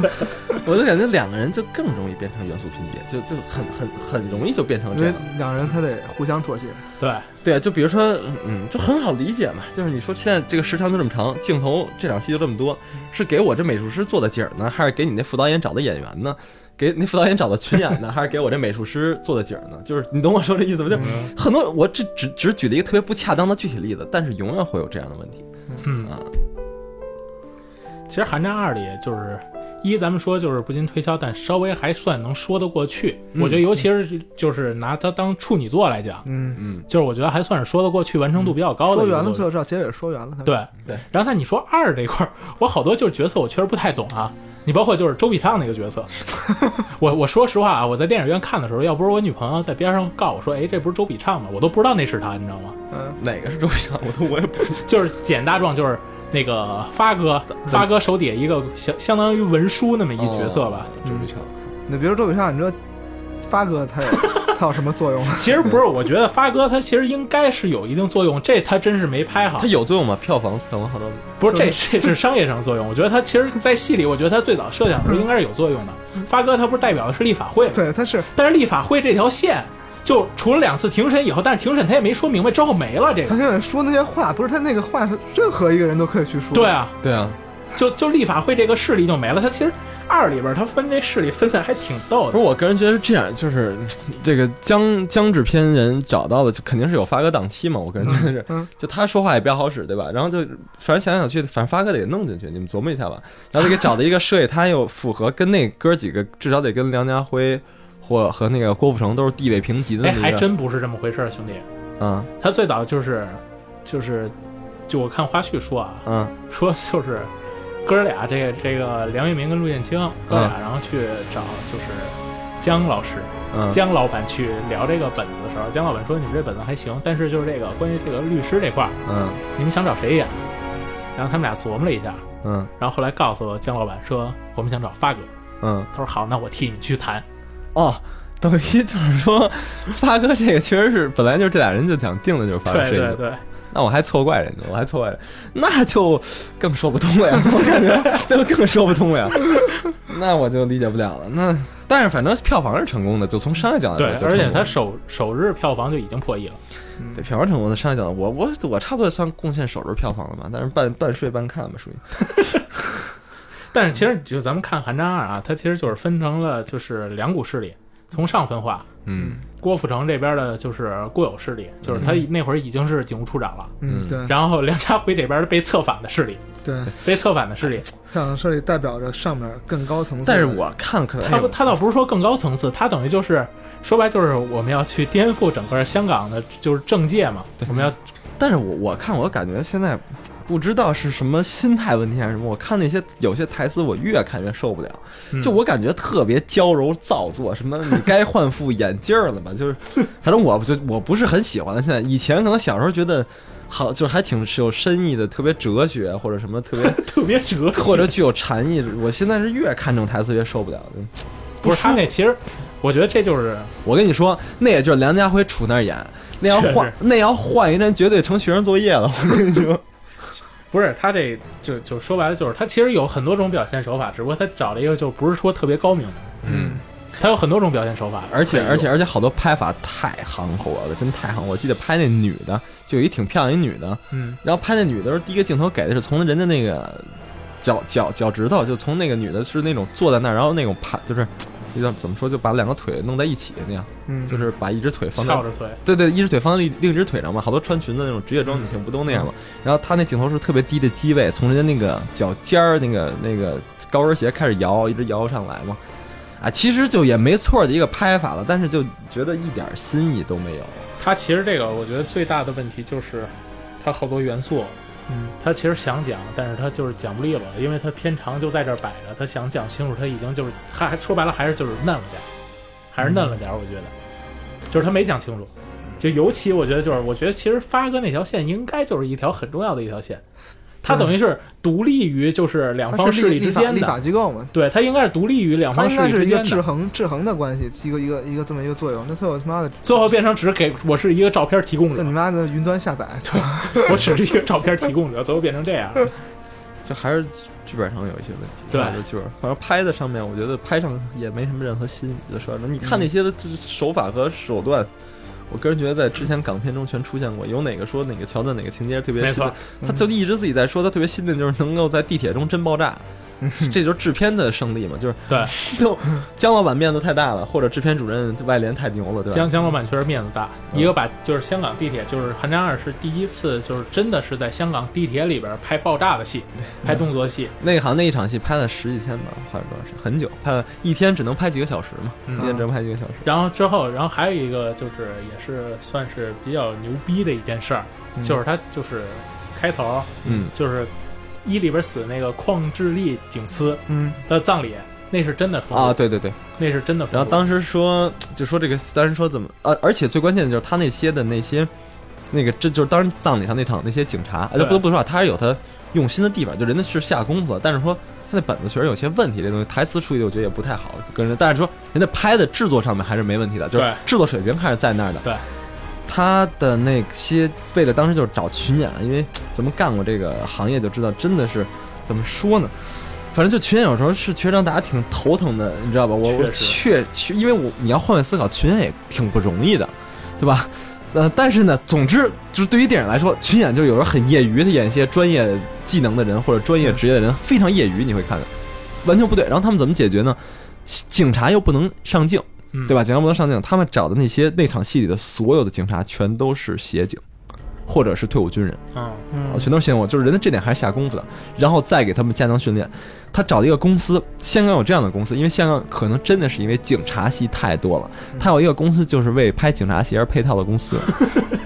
我就感觉两个人就更容易变成元素拼接，就就很很很容易就变成
啊因
这
为
样。
两人他得互相妥协，
对，
对，就比如说，嗯嗯，就很好理解嘛，就是你说现在这个时长就这么长，镜头这两期就这么多，是给我这美术师做的景儿呢，还是给你那副导演找的演员呢？给那副导演找的群演呢，还是给我这美术师做的景儿呢？就是你懂我说这意思吗？就很多我这只只举了一个特别不恰当的具体例子，但是永远会有这样的问题。
嗯
啊，
其实《寒战二》里就是一咱们说就是不禁推敲，但稍微还算能说得过去。我觉得尤其是就是拿它当处女作来讲，
嗯，
就是我觉得还算是说得过去，完成度比较高的
说
一个
圆
作
了，
品。
最后知道结尾说圆了。，
对
对。
然后那你说二这块儿， 我好多就是角色我确实不太懂啊。你包括就是周笔畅那个角 色，我我说实话啊，我在电影院看的时候，要不是我女朋友在边上告我说，哎，这不是周笔畅吗？我都不知道那是他，你知道吗？
嗯，
哪个是周笔畅？我都我也不知道。
就是简大壮就是那个发哥，发哥手底下一个相相当于文书那么一角色吧。
周笔畅，
你比如周笔畅，你说发 哥他有他有什么作用 啊？
其实不是，我觉得发哥他其实应该是有一定作用，这他真是没拍好
他。有作用吗？票房票房好到
不是，这这是商业上作用。我觉得他其实，在戏里，我觉得他最早设想的时候应该是有作用的。发哥他不是代表的是立法会吗？
对，他是
但是立法会这条线，就除了两次庭审以后，但是庭审他也没说明白，之后没了这
他
个。
现在说那些话，不是他那个话是任何一个人都可以去说。
对，啊，
对啊，
就就立法会这个势力就没了。他其实二里边他分这势力分的还挺逗
不
的。
是，我个人觉得是这样，就是嗯这个江江制片人找到的，就肯定是有发哥档期嘛。我个人觉得是，
嗯
就他说话也不太好使，对吧？然后就反正想来想去，反正发哥得给弄进去，你们琢磨一下吧。然后就给找了一个设计，他又符合跟那哥几个，至少得跟梁家辉或和那个郭富城都是地位平级的
哎，
那么
还
一个。
真不是这么回事儿，兄弟。
嗯
他最早就是，就是，就我看花絮说啊，
嗯
说就是哥俩这个这个梁玉明跟陆建清哥俩，然后去找就是姜老师，
嗯，
姜老板去聊这个本子的时候，姜老板说你们这本子还行，但是就是这个关于这个律师这块儿，
嗯
你们想找谁演？然后他们俩琢磨了一下，
嗯
然后后来告诉姜老板说我们想找发哥，
嗯，
他说好，那我替你们去谈。
哦。等于就是说，发哥这个确实是本来就是这俩人就想定的，就是发哥
啊对
这个
对。对，
那我还错怪人家，我还错怪人，那就更说不通了呀！ 我感觉都更说不通了呀，那我就理解不了了。那但是反正票房是成功的，就从商业角度
对
来，说，
而且他
它
首首日票房就已经破亿了。
对票房成功的商业角度，我我我差不多算贡献首轮票房了吧？但是半半睡半看吧，属于
但是其实就咱们看《寒战二》啊，它其实就是分成了就是两股势力，从上分化。
嗯
郭富城这边的就是固有势力，就是他那会儿已经是警务处长了。
嗯，对
然后梁家辉这边被策反的势力，
对，
被策反的势力，
像这里代表着上面更高层次的。
但是我看可能
他不他倒不是说更高层次，他等于就是说白就是我们要去颠覆整个香港的，就是政界嘛，我们要
但是我我看我感觉现在不知道是什么心态问题还是什么，我看那些有些台词我越看越受不了，就我感觉特别娇柔造作，什么你该换副眼镜儿了吧，就是反正我就我不是很喜欢了。现在以前可能小时候觉得好，就是还挺是有深意的，特别哲学或者什么特别
特别折腾，
或者具有禅意，我现在是越看这种台词越受不了。就
不是他那其实，我觉得这就是
我跟你说，那也就是梁家辉杵那儿演，那要换那要换一人，绝对成学生作业了。我跟你说，
不是他这就就说白了就是他其实有很多种表现手法，只不过他找了一个就不是说特别高明的，
嗯。
他有很多种表现手法，
而且
可以
而且而且好多拍法太行活了，真太行！我记得拍那女的，就有一挺漂亮一女的，
嗯
然后拍那女的时候，第一个镜头给的是从人家那个脚脚脚趾头，就从那个女的是那种坐在那儿，然后那种盘就是。你怎么说？就把两个腿弄在一起那样，
嗯，
就是把一只腿放在
翘着腿，
对对，一只腿放在另另一只腿上嘛，好多穿裙子那种职业装女性不都那样嘛。然后她那镜头是特别低的机位，从人家那个脚尖儿那个那个高跟鞋开始摇，一直摇上来嘛。啊，其实就也没错的一个拍法了，但是就觉得一点新意都没有。
他其实这个，我觉得最大的问题就是，他好多元素，
嗯，
他其实想讲，但是他就是讲不利落，因为他片长就在这儿摆着，他想讲清楚，他已经就是他还说白了还是就是嫩了点儿，还是嫩了点儿，我觉得，就是他没讲清楚。就尤其我觉得就是，我觉得其实发哥那条线应该就是一条很重要的一条线，他等于是独立于就是两
他
方
是
势力之间
立法立法
的，
机构嘛，
对他应该是独立于两
它
方
应
势
该
力
是
之
一个
间
制
的，
衡制衡的关系，一个一个一个这么一个作用。那最后他妈的，
最后变成只给我是一个照片提供
就
者
你，妈的云端下载，
我只是一个照片提供者，最后变成这样。
就还是剧本上有一些问题，
对
还是剧本，反正拍的上面，我觉得拍上也没什么任何新意的事儿了。你看那些的就是手法和手段，我个人觉得在之前港片中全出现过，有哪个说哪个桥段哪个情节特别
没
新
错
的，他就一直自己在说他特别新的就是能够在地铁中真爆炸，这就是制片的胜利嘛，就是
对，
都姜老板面子太大了，或者制片主任外联太牛了，对吧
江？江老板确实面子大，
嗯
一个把就是香港地铁，就是《寒战二》是第一次，就是真的是在香港地铁里边拍爆炸的戏，拍动作戏，
那好像那一场戏拍了十几天吧，还是多少时间？很久，拍了一天只能拍几个小时嘛，
嗯
一天只能拍几个小时。
然后之后，然后还有一个就是也是算是比较牛逼的一件事儿，就是他就是开头
嗯，
就是一里边死那个邝智利警司
嗯，
的葬礼，那是真的风
啊，对对对，
那是真的风
然后当时说，就说这个，当时说怎么，呃，而且最关键的就是他那些的那些，那个这就是当时葬礼上那场那些警察，哎，
对
不得不说啊，他是有他用心的地方，就人家是下功夫的，但是说他那本子确实有些问题，这东西台词处理的我觉得也不太好，跟人，但是说人家拍的制作上面还是没问题的，就是
对
制作水平还是在那儿的。
对。
他的那些为了当时就是找群演，因为咱们干过这个行业就知道，真的是怎么说呢？反正就群演有时候是确实让大家挺头疼的，你知道吧？我我
确实
确确，因为我你要换位思考，群演也挺不容易的，对吧？呃，但是呢，总之就是对于电影来说，群演就是有时候很业余，他演一些专业技能的人或者专业职业的人，非常业余，你会看的完全不对。然后他们怎么解决呢？警察又不能上镜，
嗯
对吧？警察不能上镜，他们找的那些那场戏里的所有的警察全都是协警，或者是退伍军人。
嗯
嗯
啊，全都是新闻，就是人家这点还是下功夫的，然后再给他们加强训练。他找了一个公司，香港有这样的公司，因为香港可能真的是因为警察戏太多了，他有一个公司就是为拍警察戏而配套的公司，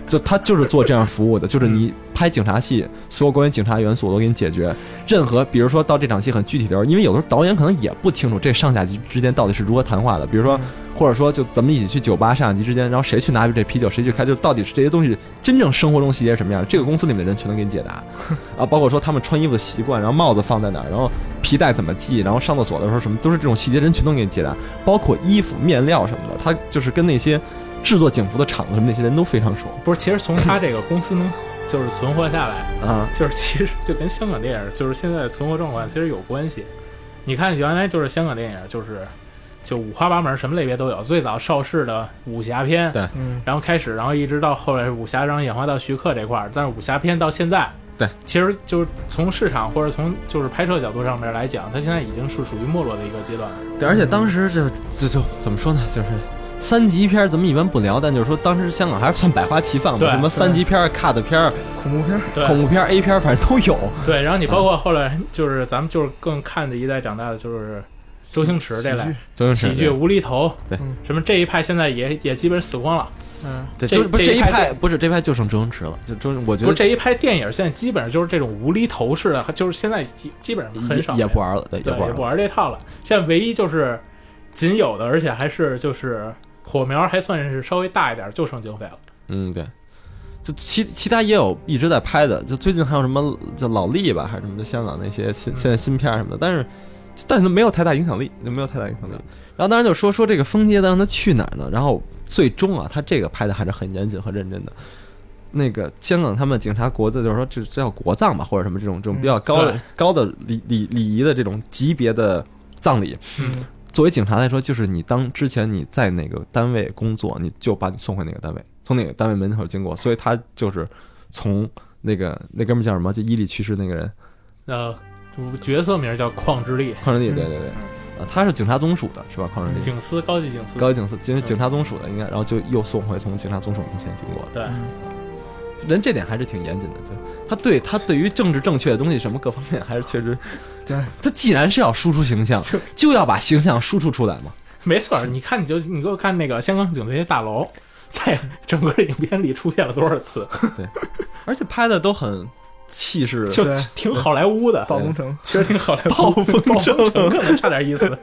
就他就是做这样服务的，就是你拍警察戏，所有关于警察元素我都给你解决。任何比如说到这场戏很具体的时候，因为有的时候导演可能也不清楚这上下级之间到底是如何谈话的，比如说。或者说，就咱们一起去酒吧，上下级之间，然后谁去拿这啤酒，谁去开，就到底是这些东西真正生活中细节是什么样的？这个公司里面的人全能给你解 答，啊，包括说他们穿衣服的习惯，然后帽子放在哪儿，然后皮带怎么系，然后上厕所的时候什么，都是这种细节，人全都给你解答，包括衣服、面料什么的，他就是跟那些制作警服的厂子什么那些人都非常熟
不是，其实从他这个公司能就是存活下来，
啊。
就是其实就跟香港电影就是现在的存活状况其实有关系。你看原来就是香港电影就是就五花八门，什么类别都有。最早邵氏的武侠片，
对
嗯
然后开始，然后一直到后来武侠，然后演化到徐克这块儿。但是武侠片到现在，
对，
其实就是从市场或者从就是拍摄角度上面来讲，它现在已经是属于没落的一个阶段了。
对，而且当时就是就就怎么说呢，就是。三级片儿咱们一般不聊，但就是说当时香港还是算百花齐放吧，
对
什么三级片儿、cut 片儿、
恐怖片儿，
对
恐怖片儿、A 片儿，反正都有。
对，然后你包括后来就是咱们就是更看着一代长大的就是周星驰这类
喜剧
周星
喜
驰
剧无厘头，
对
嗯
什么这一派现在也也基本死光了。
嗯，
对，
这
就是不是
这
这
一
一
派
派，不是这一派就剩周星驰了，就周星，我觉
不是
得
这一派电影现在基本上就是这种无厘头式的，就是现在基基本上很少
也也
没有
不玩了，对，
对，
不玩
也不
了。
玩这套了。现在唯一就是仅有的，而且还是就是火苗还算是稍微大一点，就剩警匪了。
嗯，对。就其其他也有一直在拍的，就最近还有什么叫老力吧，还是什么的香港那些新
嗯
现在新片儿什么的，但是但是都没有太大影响力，就没有太大影响力。然后当然就说说这个封街的让他去哪儿呢？然后最终啊，他这个拍的还是很严谨和认真的。那个香港他们警察国的，就是说这这叫国葬吧，或者什么这种这种比较高
嗯
的、
对
高的礼礼礼仪的这种级别的葬礼，
嗯，
作为警察来说，就是你当之前你在哪个单位工作，你就把你送回哪个单位，从哪个单位门口经过，所以他就是从那个那哥们儿叫什么，就伊利去世那个人，
呃，主角色名叫邝之力，
匡仁利，对对对，啊，他是警察总署的是吧？匡仁利，
警司高级警司。
高级警司，警警察总署的应该，然后就又送回从警察总署面前经过的，
嗯
对，
人这点还是挺严谨的，对，他对他对于政治正确的东西什么各方面还是确实，
对，
他既然是要输出形象
就，
就要把形象输出出来嘛，
没错儿。你看，你就你给我看那个香港警队那大楼，在整个影片里出现了多少次，
而且拍的都很气势，
就
对
挺好莱坞的。
暴风城，
其实挺好莱坞，暴风城可能差点意 思。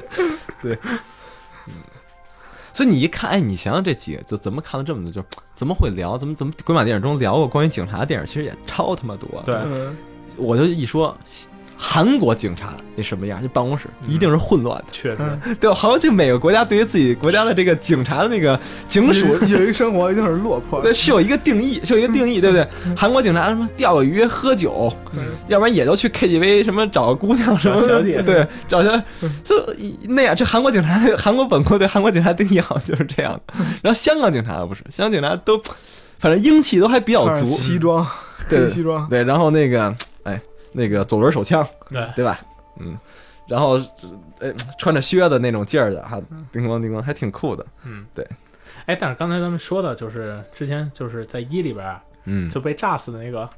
所以你一看，哎，你想想这几个，就怎么看了这么多，就怎么会聊，怎么怎么鬼马电影中聊过关于警察的电影，其实也超他妈多。
对
嗯，
我就一说韩国警察那什么样，这办公室一定是混乱的，
确实，
嗯
对吧？好像这每个国家对于自己国家的这个警察的那个 警署。
有有一个生活一定是落魄的
对，，是有一个定义，是有一个定
嗯
义，对不对？韩国警察什么钓个鱼、喝酒，要不然也就去 KTV 什么找个姑娘什么
找小姐嗯
对，找小就那样。这韩国警察，韩国本国对韩国警察定义好像就是这样的。
嗯
然后香港警察倒不是，香港警察都反正英气都还比较
穿着
足，
西装，
对
黑西装，
对。然后那个哎，那个左轮手枪，
对，
对吧？嗯，然后呃穿着靴子那种劲儿的哈，
嗯
叮咣叮咣，还挺酷的。
哎，但是刚才咱们说的就是之前就是在一里边啊
嗯
就被炸死的那个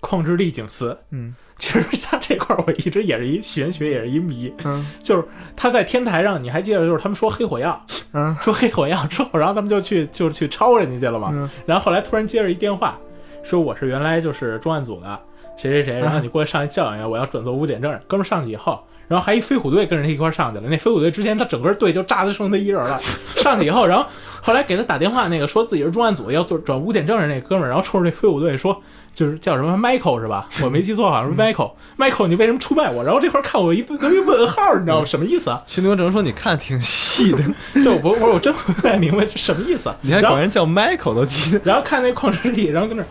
矿之力警司，
嗯
其实他这块儿我一直也是一玄学，也是一谜，
嗯
就是他在天台上，你还记得就是他们说黑火药，
嗯
说黑火药之后，然后他们就去就去抄人家去了嘛，
嗯
然后后来突然接着一电话，说我是原来就是重案组的谁谁谁，然后你过来上来教养一下，我要转做污点证。哥们儿上去以后，然后还一飞虎队跟着他一块儿上去了。那飞虎队之前他整个队就炸的剩他一人了，上去以后，然后后来给他打电话那个说自己是重案组要做转污点证的那哥们儿，然后冲着那飞虎队说。就是叫什么 Michael 是吧？我没记错，好像是 Michael。Michael，你为什么出卖我？然后这块儿看我一个一问号，你知道吗？什么意思啊？
徐牛只能说你看挺细的，
对，我不我我真不太明白这什么意思啊。
你还
然后
管人叫 Michael 都记得。
然后看那矿石力，然后跟那儿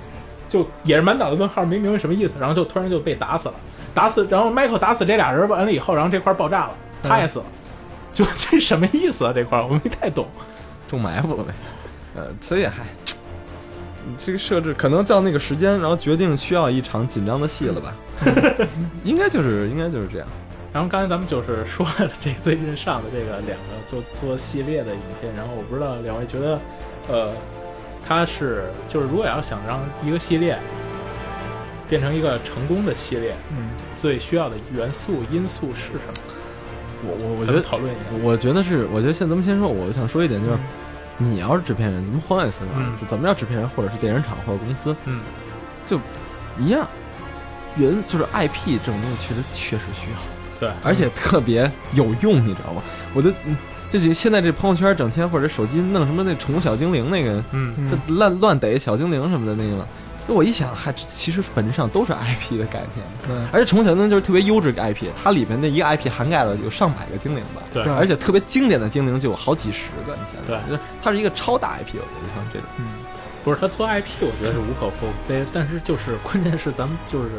就也是满脑子问号，没明白什么意思，然后就突然就被打死了，打死，然后 Michael 打死这俩人完了以后，然后这块儿爆炸了，他也死了，嗯 就这什么意思啊？这块儿我没太懂。
中埋伏了呗。呃，所以还这个设置可能叫那个时间，然后决定需要一场紧张的戏了吧？ 应该就是应该就是这样。
然后刚才咱们就是说了这个最近上的这个两个做做系列的影片，然后我不知道两位觉得，呃，它是就是如果要想让一个系列变成一个成功的系列，
嗯，
最需要的元素因素是什么？
我我我
咱们讨论一下。
我觉得是，我觉得现在咱们先说，我想说一点就是，你要是制片人，咱们换一思考，
嗯
啊就咱们要制片人或者是电影厂或者公司
嗯，
一样，人就是 IP 这种东西确实确实需要。
对，
而且特别有用，你知道吗？我就嗯就是现在这朋友圈整天或者手机弄什么那宠物小精灵那个，
嗯
嗯
这乱乱逮小精灵什么的那个，就我一想，还这其实本质上都是 IP 的概念。
对
而且宠物小精灵就是特别优质的 IP，它里面的一个 IP 涵盖了有上百个精灵吧。
对
而且特别经典的精灵就有好几十个，你想想，
对
就是它是一个超大 IP，我觉得像这种，
不是他做 IP，我觉得是无可厚非，但是就是 关键是咱们就是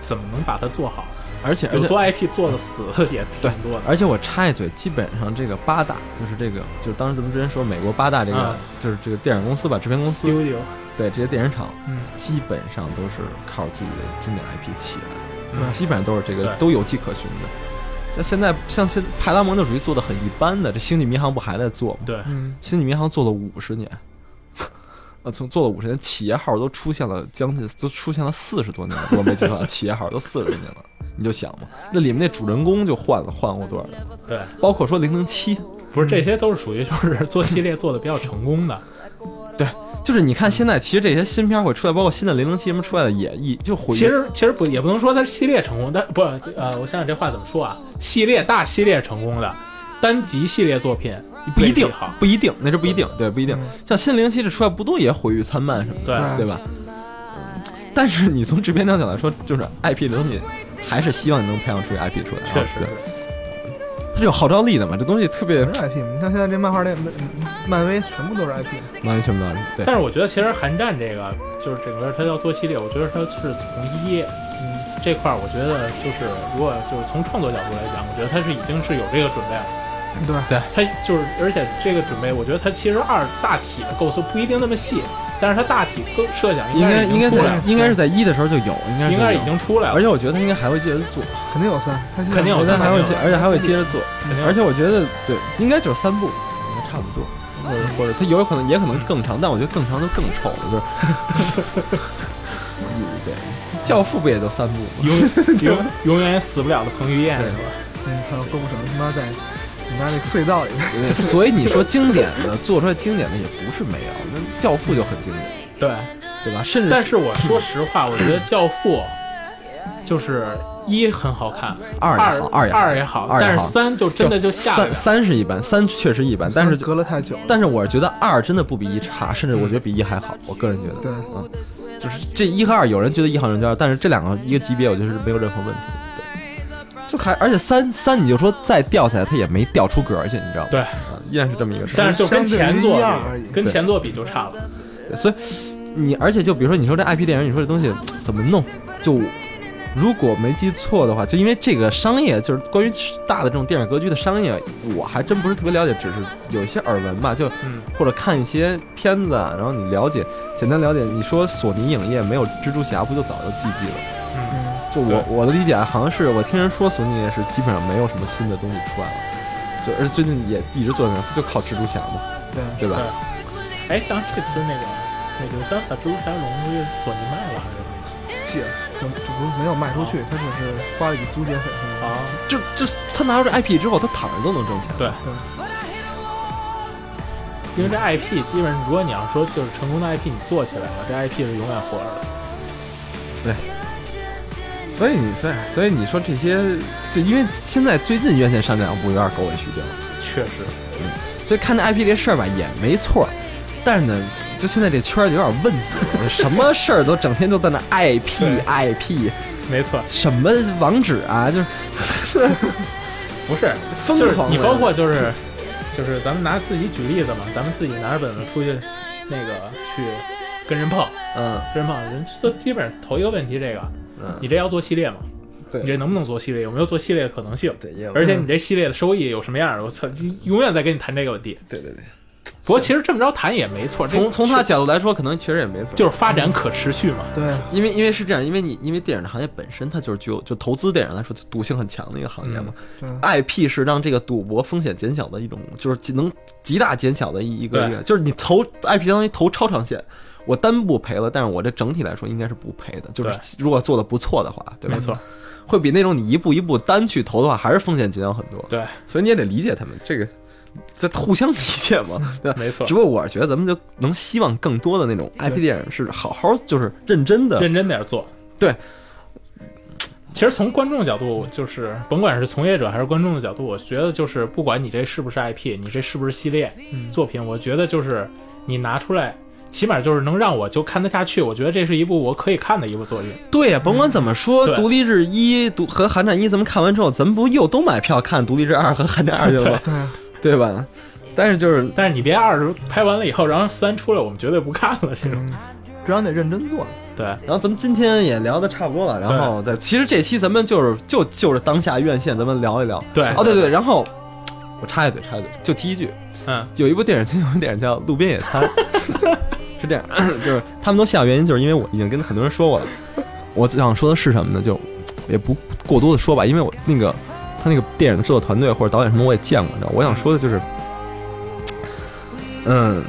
怎么能把它做好？
而且而
有
且
做 IP 做的 死的也挺多的，
而且我插一嘴，基本上这个八大就是这个，就是当时咱们之前说美国八大这个，
啊
就是这个电影公司吧，制片公司，
studio，
对这些电影厂，
嗯，
基本上都是靠自己的经典 IP 起来的，
嗯
基本上都是这个
对
都有迹可循的。像现在，像现派拉蒙就属于做的很一般的，这《星际迷航》不还在做吗？
对，
嗯
《星际迷航》做了五十年，呃，从做了五十年，企业号都出现了将近都出现了四十多年了，我没 记错啊，企业号都四十多年了，你就想嘛，那里面那主人公就换了换过多少人？
对，
包括说零零七，
不是这些都是属于就是做系列做的比较成功 的，
就是你看现在其实这些新片会出来，包括新的零零七什么出来的也一就回忆
其实其实不也不能说它系列成功，但不是呃，我想想这话怎么说啊？系列大系列成功的，单集系列作品
不一定
未必好，嗯
不一定，那是不一定，对，不一定。像新零零七这出来不多也毁誉参半什么的，
对啊
对吧？但是你从制片上角来说，就是 IP 这东西，还是希望你能培养出一个 IP 出来啊，
确实
对
是，
它是有号召力的嘛，这东西特别
全是 IP，你像现在这漫画类，漫威全部都是 IP，
完全不道理。对，
但是我觉得其实寒战这个就是整个它要做系列，我觉得它是从一。嗯这块儿我觉得就是，如果就是从创作角度来讲，我觉得它是已经是有这个准备了。
对
它就是，而且这个准备，我觉得它其实二大体的构思不一定那么细，但是它大体构设想
应
该
该应
应
该
出来
在
了，
应该是在一的时候就有，应该
应该是已
有
经出来了，哦
而且我觉得他应该还会接着做，
肯定有三，它现在
肯定有
我觉
三
得还会接，
肯定有
而且还会接着做，
肯定
而且我觉得对，应该就是三部，应该差不多，或者或者它有可能也可能更长，但我觉得更长就更丑了，就是嗯。对，教父不也就三部吗？
永永永远也死不了的彭于晏是吧？
嗯，还有郭富城他妈在你妈那隧道里面，
对所以你说经典的做出来经典的也不是没有，那教父就很经典，
对，
对吧？甚至
但是我说实话，我觉得《教父》就是一很好看，
二也
二
好二也好
也好
二也好
但是三就真的就下来
三
了。
三是一般，三确实一般， 但是就
隔了太久了，
但是我觉得二真的不比一差，甚至我觉得比一还好。我个人觉得，
对
嗯，就是这一和二，有人觉得一好，有人觉得二，但是这两个一个级别，我觉得是没有任何问题的。对，就还而且三三，你就说再掉下来，它也没掉出格去，你知道吗？
对，
啊，依然是这么一个事儿。
但是就跟前
相
作
对于一而已
比，跟前作比就差了。
所以你而且就比如说你说这 IP 电影，你说这东西怎么弄？就如果没记错的话，就因为这个商业就是关于大的这种电影格局的商业，我还真不是特别了解，只是有一些耳闻吧，就
嗯
或者看一些片子，啊然后你了解简单了解。你说索尼影业没有蜘蛛侠，不就早就 GG 了？
嗯，
就就我我的理解，啊好像是我听人说索尼也是基本上没有什么新的东西出来了，就而且最近也一直做那样，就靠蜘蛛侠嘛，
对，
对吧？
哎，当时这次那个那个三把蜘蛛侠龙不是索尼卖了还是没？
借就就不是没有卖出去，他只是花了一笔租借费。
啊，
就就是他拿到这 IP 之后，他躺着都能挣钱。
对因为这 IP 基本上，如果你要说就是成功的 IP，你做起来了，这 IP 是永远活着的。
所以你所以所以你说这些，就因为现在最近院线上这两部有点狗尾续貂，
确实，
所以看这 IP 这事儿吧也没错儿，但是呢，就现在这圈儿有点问题， 什么事儿都整天都在那 IP IP，
没错，
什么网址啊，就是
不是，
疯
就是
狂
你
的
包括就是就是咱们拿自己举例子嘛，咱们自己拿着本子出去那个去跟人碰，
嗯
跟人碰人都基本上头一个问题，这个
嗯，
你这要做系列吗？
对
你这能不能做系列？有没有做系列的可能性？
对也有
而且你这系列的收益有什么样的？我操，永远在跟你谈这个问题。
对对对，
不过其实这么着谈也没错，这
从从他角度来说，可能确实也没错，
就是发展可持续嘛。
对，
因为因为是这样，因为你因为电影的行业本身它就是具有就投资电影来说，它赌性很强的一个行业嘛。
对
嗯
IP 是让这个赌博风险减小的一种，就是能极大减小的一一个
对
一个，就是你投 IP 相当于投超长线。我单步赔了，但是我这整体来说应该是不赔的，就是
对
如果做的不错的话，对吧？
没错，，
会比那种你一步一步单去投的话，还是风险减小很多。
对，
所以你也得理解他们这个，这互相理 解嘛，对吧？
没 错
只，不过我是觉得咱们就能希望更多的那种 IP 电影是好好就是认真的，
认真点做。
对，
其实从观众角度，就是甭管是从业者还是观众的角度，我觉得就是不管你这是不是 IP，你这是不是系列作品，我觉得就是你拿出来，起码就是能让我就看得下去。我觉得这是一部我可以看的一部作品。
对呀，甭管怎么说，
对
独立日一》独和《寒战一》咱们看完之后，咱们不又都买票看《独立日二》和《寒战二》去了吗？
对啊，
对吧？但是就是
但是你别二十拍完了以后，然后三出来，我们绝对不看了这种。
嗯，只要你认真做，
对，
然后咱们今天也聊的差不多了，然后再其实这期咱们就是就就是当下院线，咱们聊一聊。
对
哦对对，然后我插一嘴插一嘴，就提一句，
嗯，
有一部电影，有一部电影叫《路边野餐》， 是这样， 就是他们都笑，原因就是因为我已经跟很多人说过了。我想说的是什么呢？就也不过多的说吧，因为我那个他那个电影的制作团队或者导演什么我也见过，你知道，我想说的就是，嗯，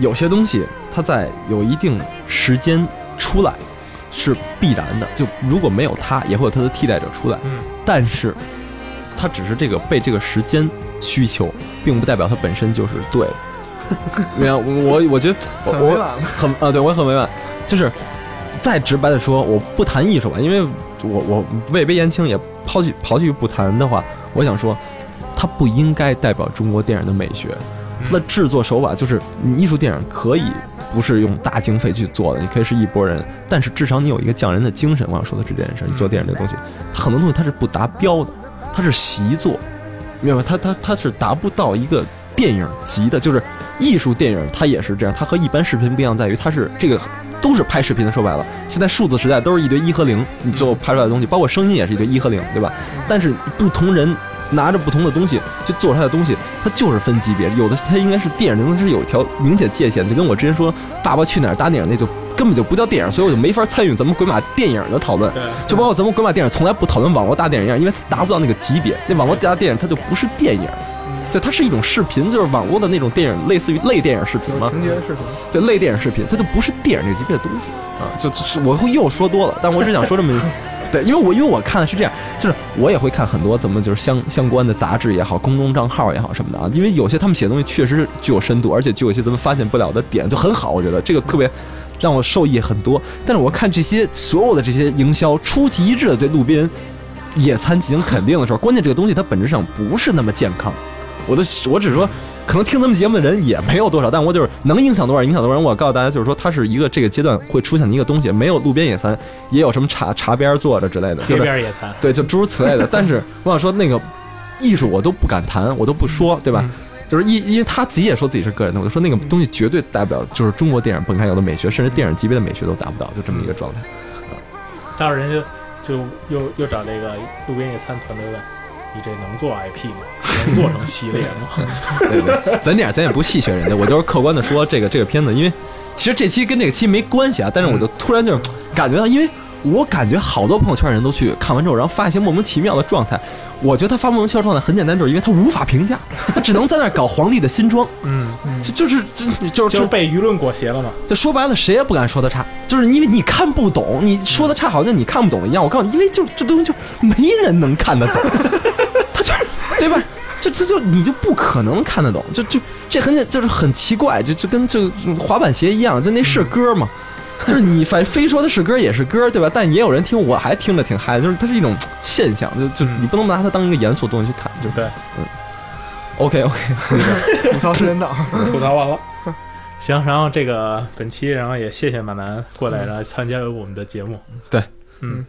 有些东西它在有一定时间出来是必然的，就如果没有它，也会有它的替代者出来。
嗯，
但是它只是这个被这个时间需求，并不代表它本身就是对的。没有，我我觉得我
很委
我
婉了。
很啊，对我很委婉，就是再直白的说，我不谈艺术吧，因为我我位卑言轻，也抛弃刨去不谈的话，我想说，它不应该代表中国电影的美学。它的制作手法就是，你艺术电影可以不是用大经费去做的，你可以是一拨人，但是至少你有一个匠人的精神。我想说的是这件事，你做电影这个东西，它很多东西它是不达标的，它是习作，明白吗？它它它是达不到一个电影级的，就是艺术电影它也是这样，它和一般视频不一样，在于它是这个都是拍视频的。说白了，现在数字时代都是一堆一和零，你最后拍出来的东西，包括声音也是一堆一和零，对吧？但是不同人拿着不同的东西去做出来的东西，它就是分级别，有的它应该是电影，的东西是有一条明显界限。就跟我之前说《爸爸去哪儿》搭电影那就根本就不叫电影，所以我就没法参与咱们鬼马电影的讨论。
对，
就包括咱们鬼马电影从来不讨论网络大电影一样，因为它达不到那个级别。那网络大电影它就不是电影，对，它是一种视频，就是网络的那种电影，类似于类电影视频
有
嘛，
情节视频，
对，类电影视频，它就不是电影这个级别的东西啊。就就是我会又说多了，但我只想说这么一，对，因为我因为我看的是这样，就是我也会看很多咱们就是相相关的杂志也好，公众账号也好什么的啊，因为有些他们写的东西确实是具有深度，而且具有一些咱们发现不了的点，就很好，我觉得这个特别。让我受益很多，但是我看这些所有的这些营销出奇一致的对路边野餐进行肯定的时候，关键这个东西它本质上不是那么健康。我都我只是说，可能听咱们节目的人也没有多少，但我就是能影响多少影响多少人。我告诉大家，就是说它是一个这个阶段会出现的一个东西，没有路边野餐，也有什么茶茶边坐着之类的，
街
就是
边野餐，
对，就诸如此类的。但是我想说，那个艺术我都不敢谈，我都不说，对吧？
嗯
就是因因为他自己也说自己是个人的，我就说那个东西绝对代表就是中国电影本该有的美学，甚至电影级别的美学都达不到，就这么一个状态。
到时候人家就又又找这个路边野餐团队问。你这能做 IP 吗？能做成系列吗？
对对，对咱这样咱也不戏谑人家，我就是客观的说这个这个片子，因为其实这期跟这个期没关系啊，但是我就突然就感觉到，因为我感觉好多朋友圈人都去看完之后，然后发一些莫名其妙的状态。我觉得他发莫名其妙状态很简单，就是因为他无法评价，他只能在那儿搞皇帝的新装，
嗯，
就就是就就是嗯
就是被舆论裹挟了嘛。
就说白了，谁也不敢说他差，就是因为你看不懂，你说的差好像你看不懂一样。我告诉你，因为就这东西就没人能看得懂，他就是对吧？这这就你就不可能看得懂，就就这很简就是很奇怪，就就跟就滑板鞋一样，就那是歌嘛，就是你反正非说它是歌也是歌，对吧？但也有人听，我还听着挺嗨的，就是它是一种现象，就就
嗯
你不能拿它当一个严肃的东西去看，就
对，
OK OK，
吐槽时间到，
吐槽完了。行，然后这个本期，然后也谢谢马南过来，然后参加我们的节目。
对，
嗯。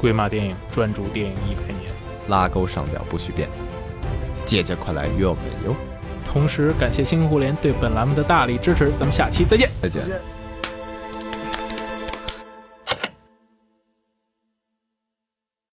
鬼马电影专注电影一百年，
拉钩上吊不许变，姐姐快来约我们哟，
同时感谢星湖联对本栏目的大力支持，咱们下期再见。
再见。
谢谢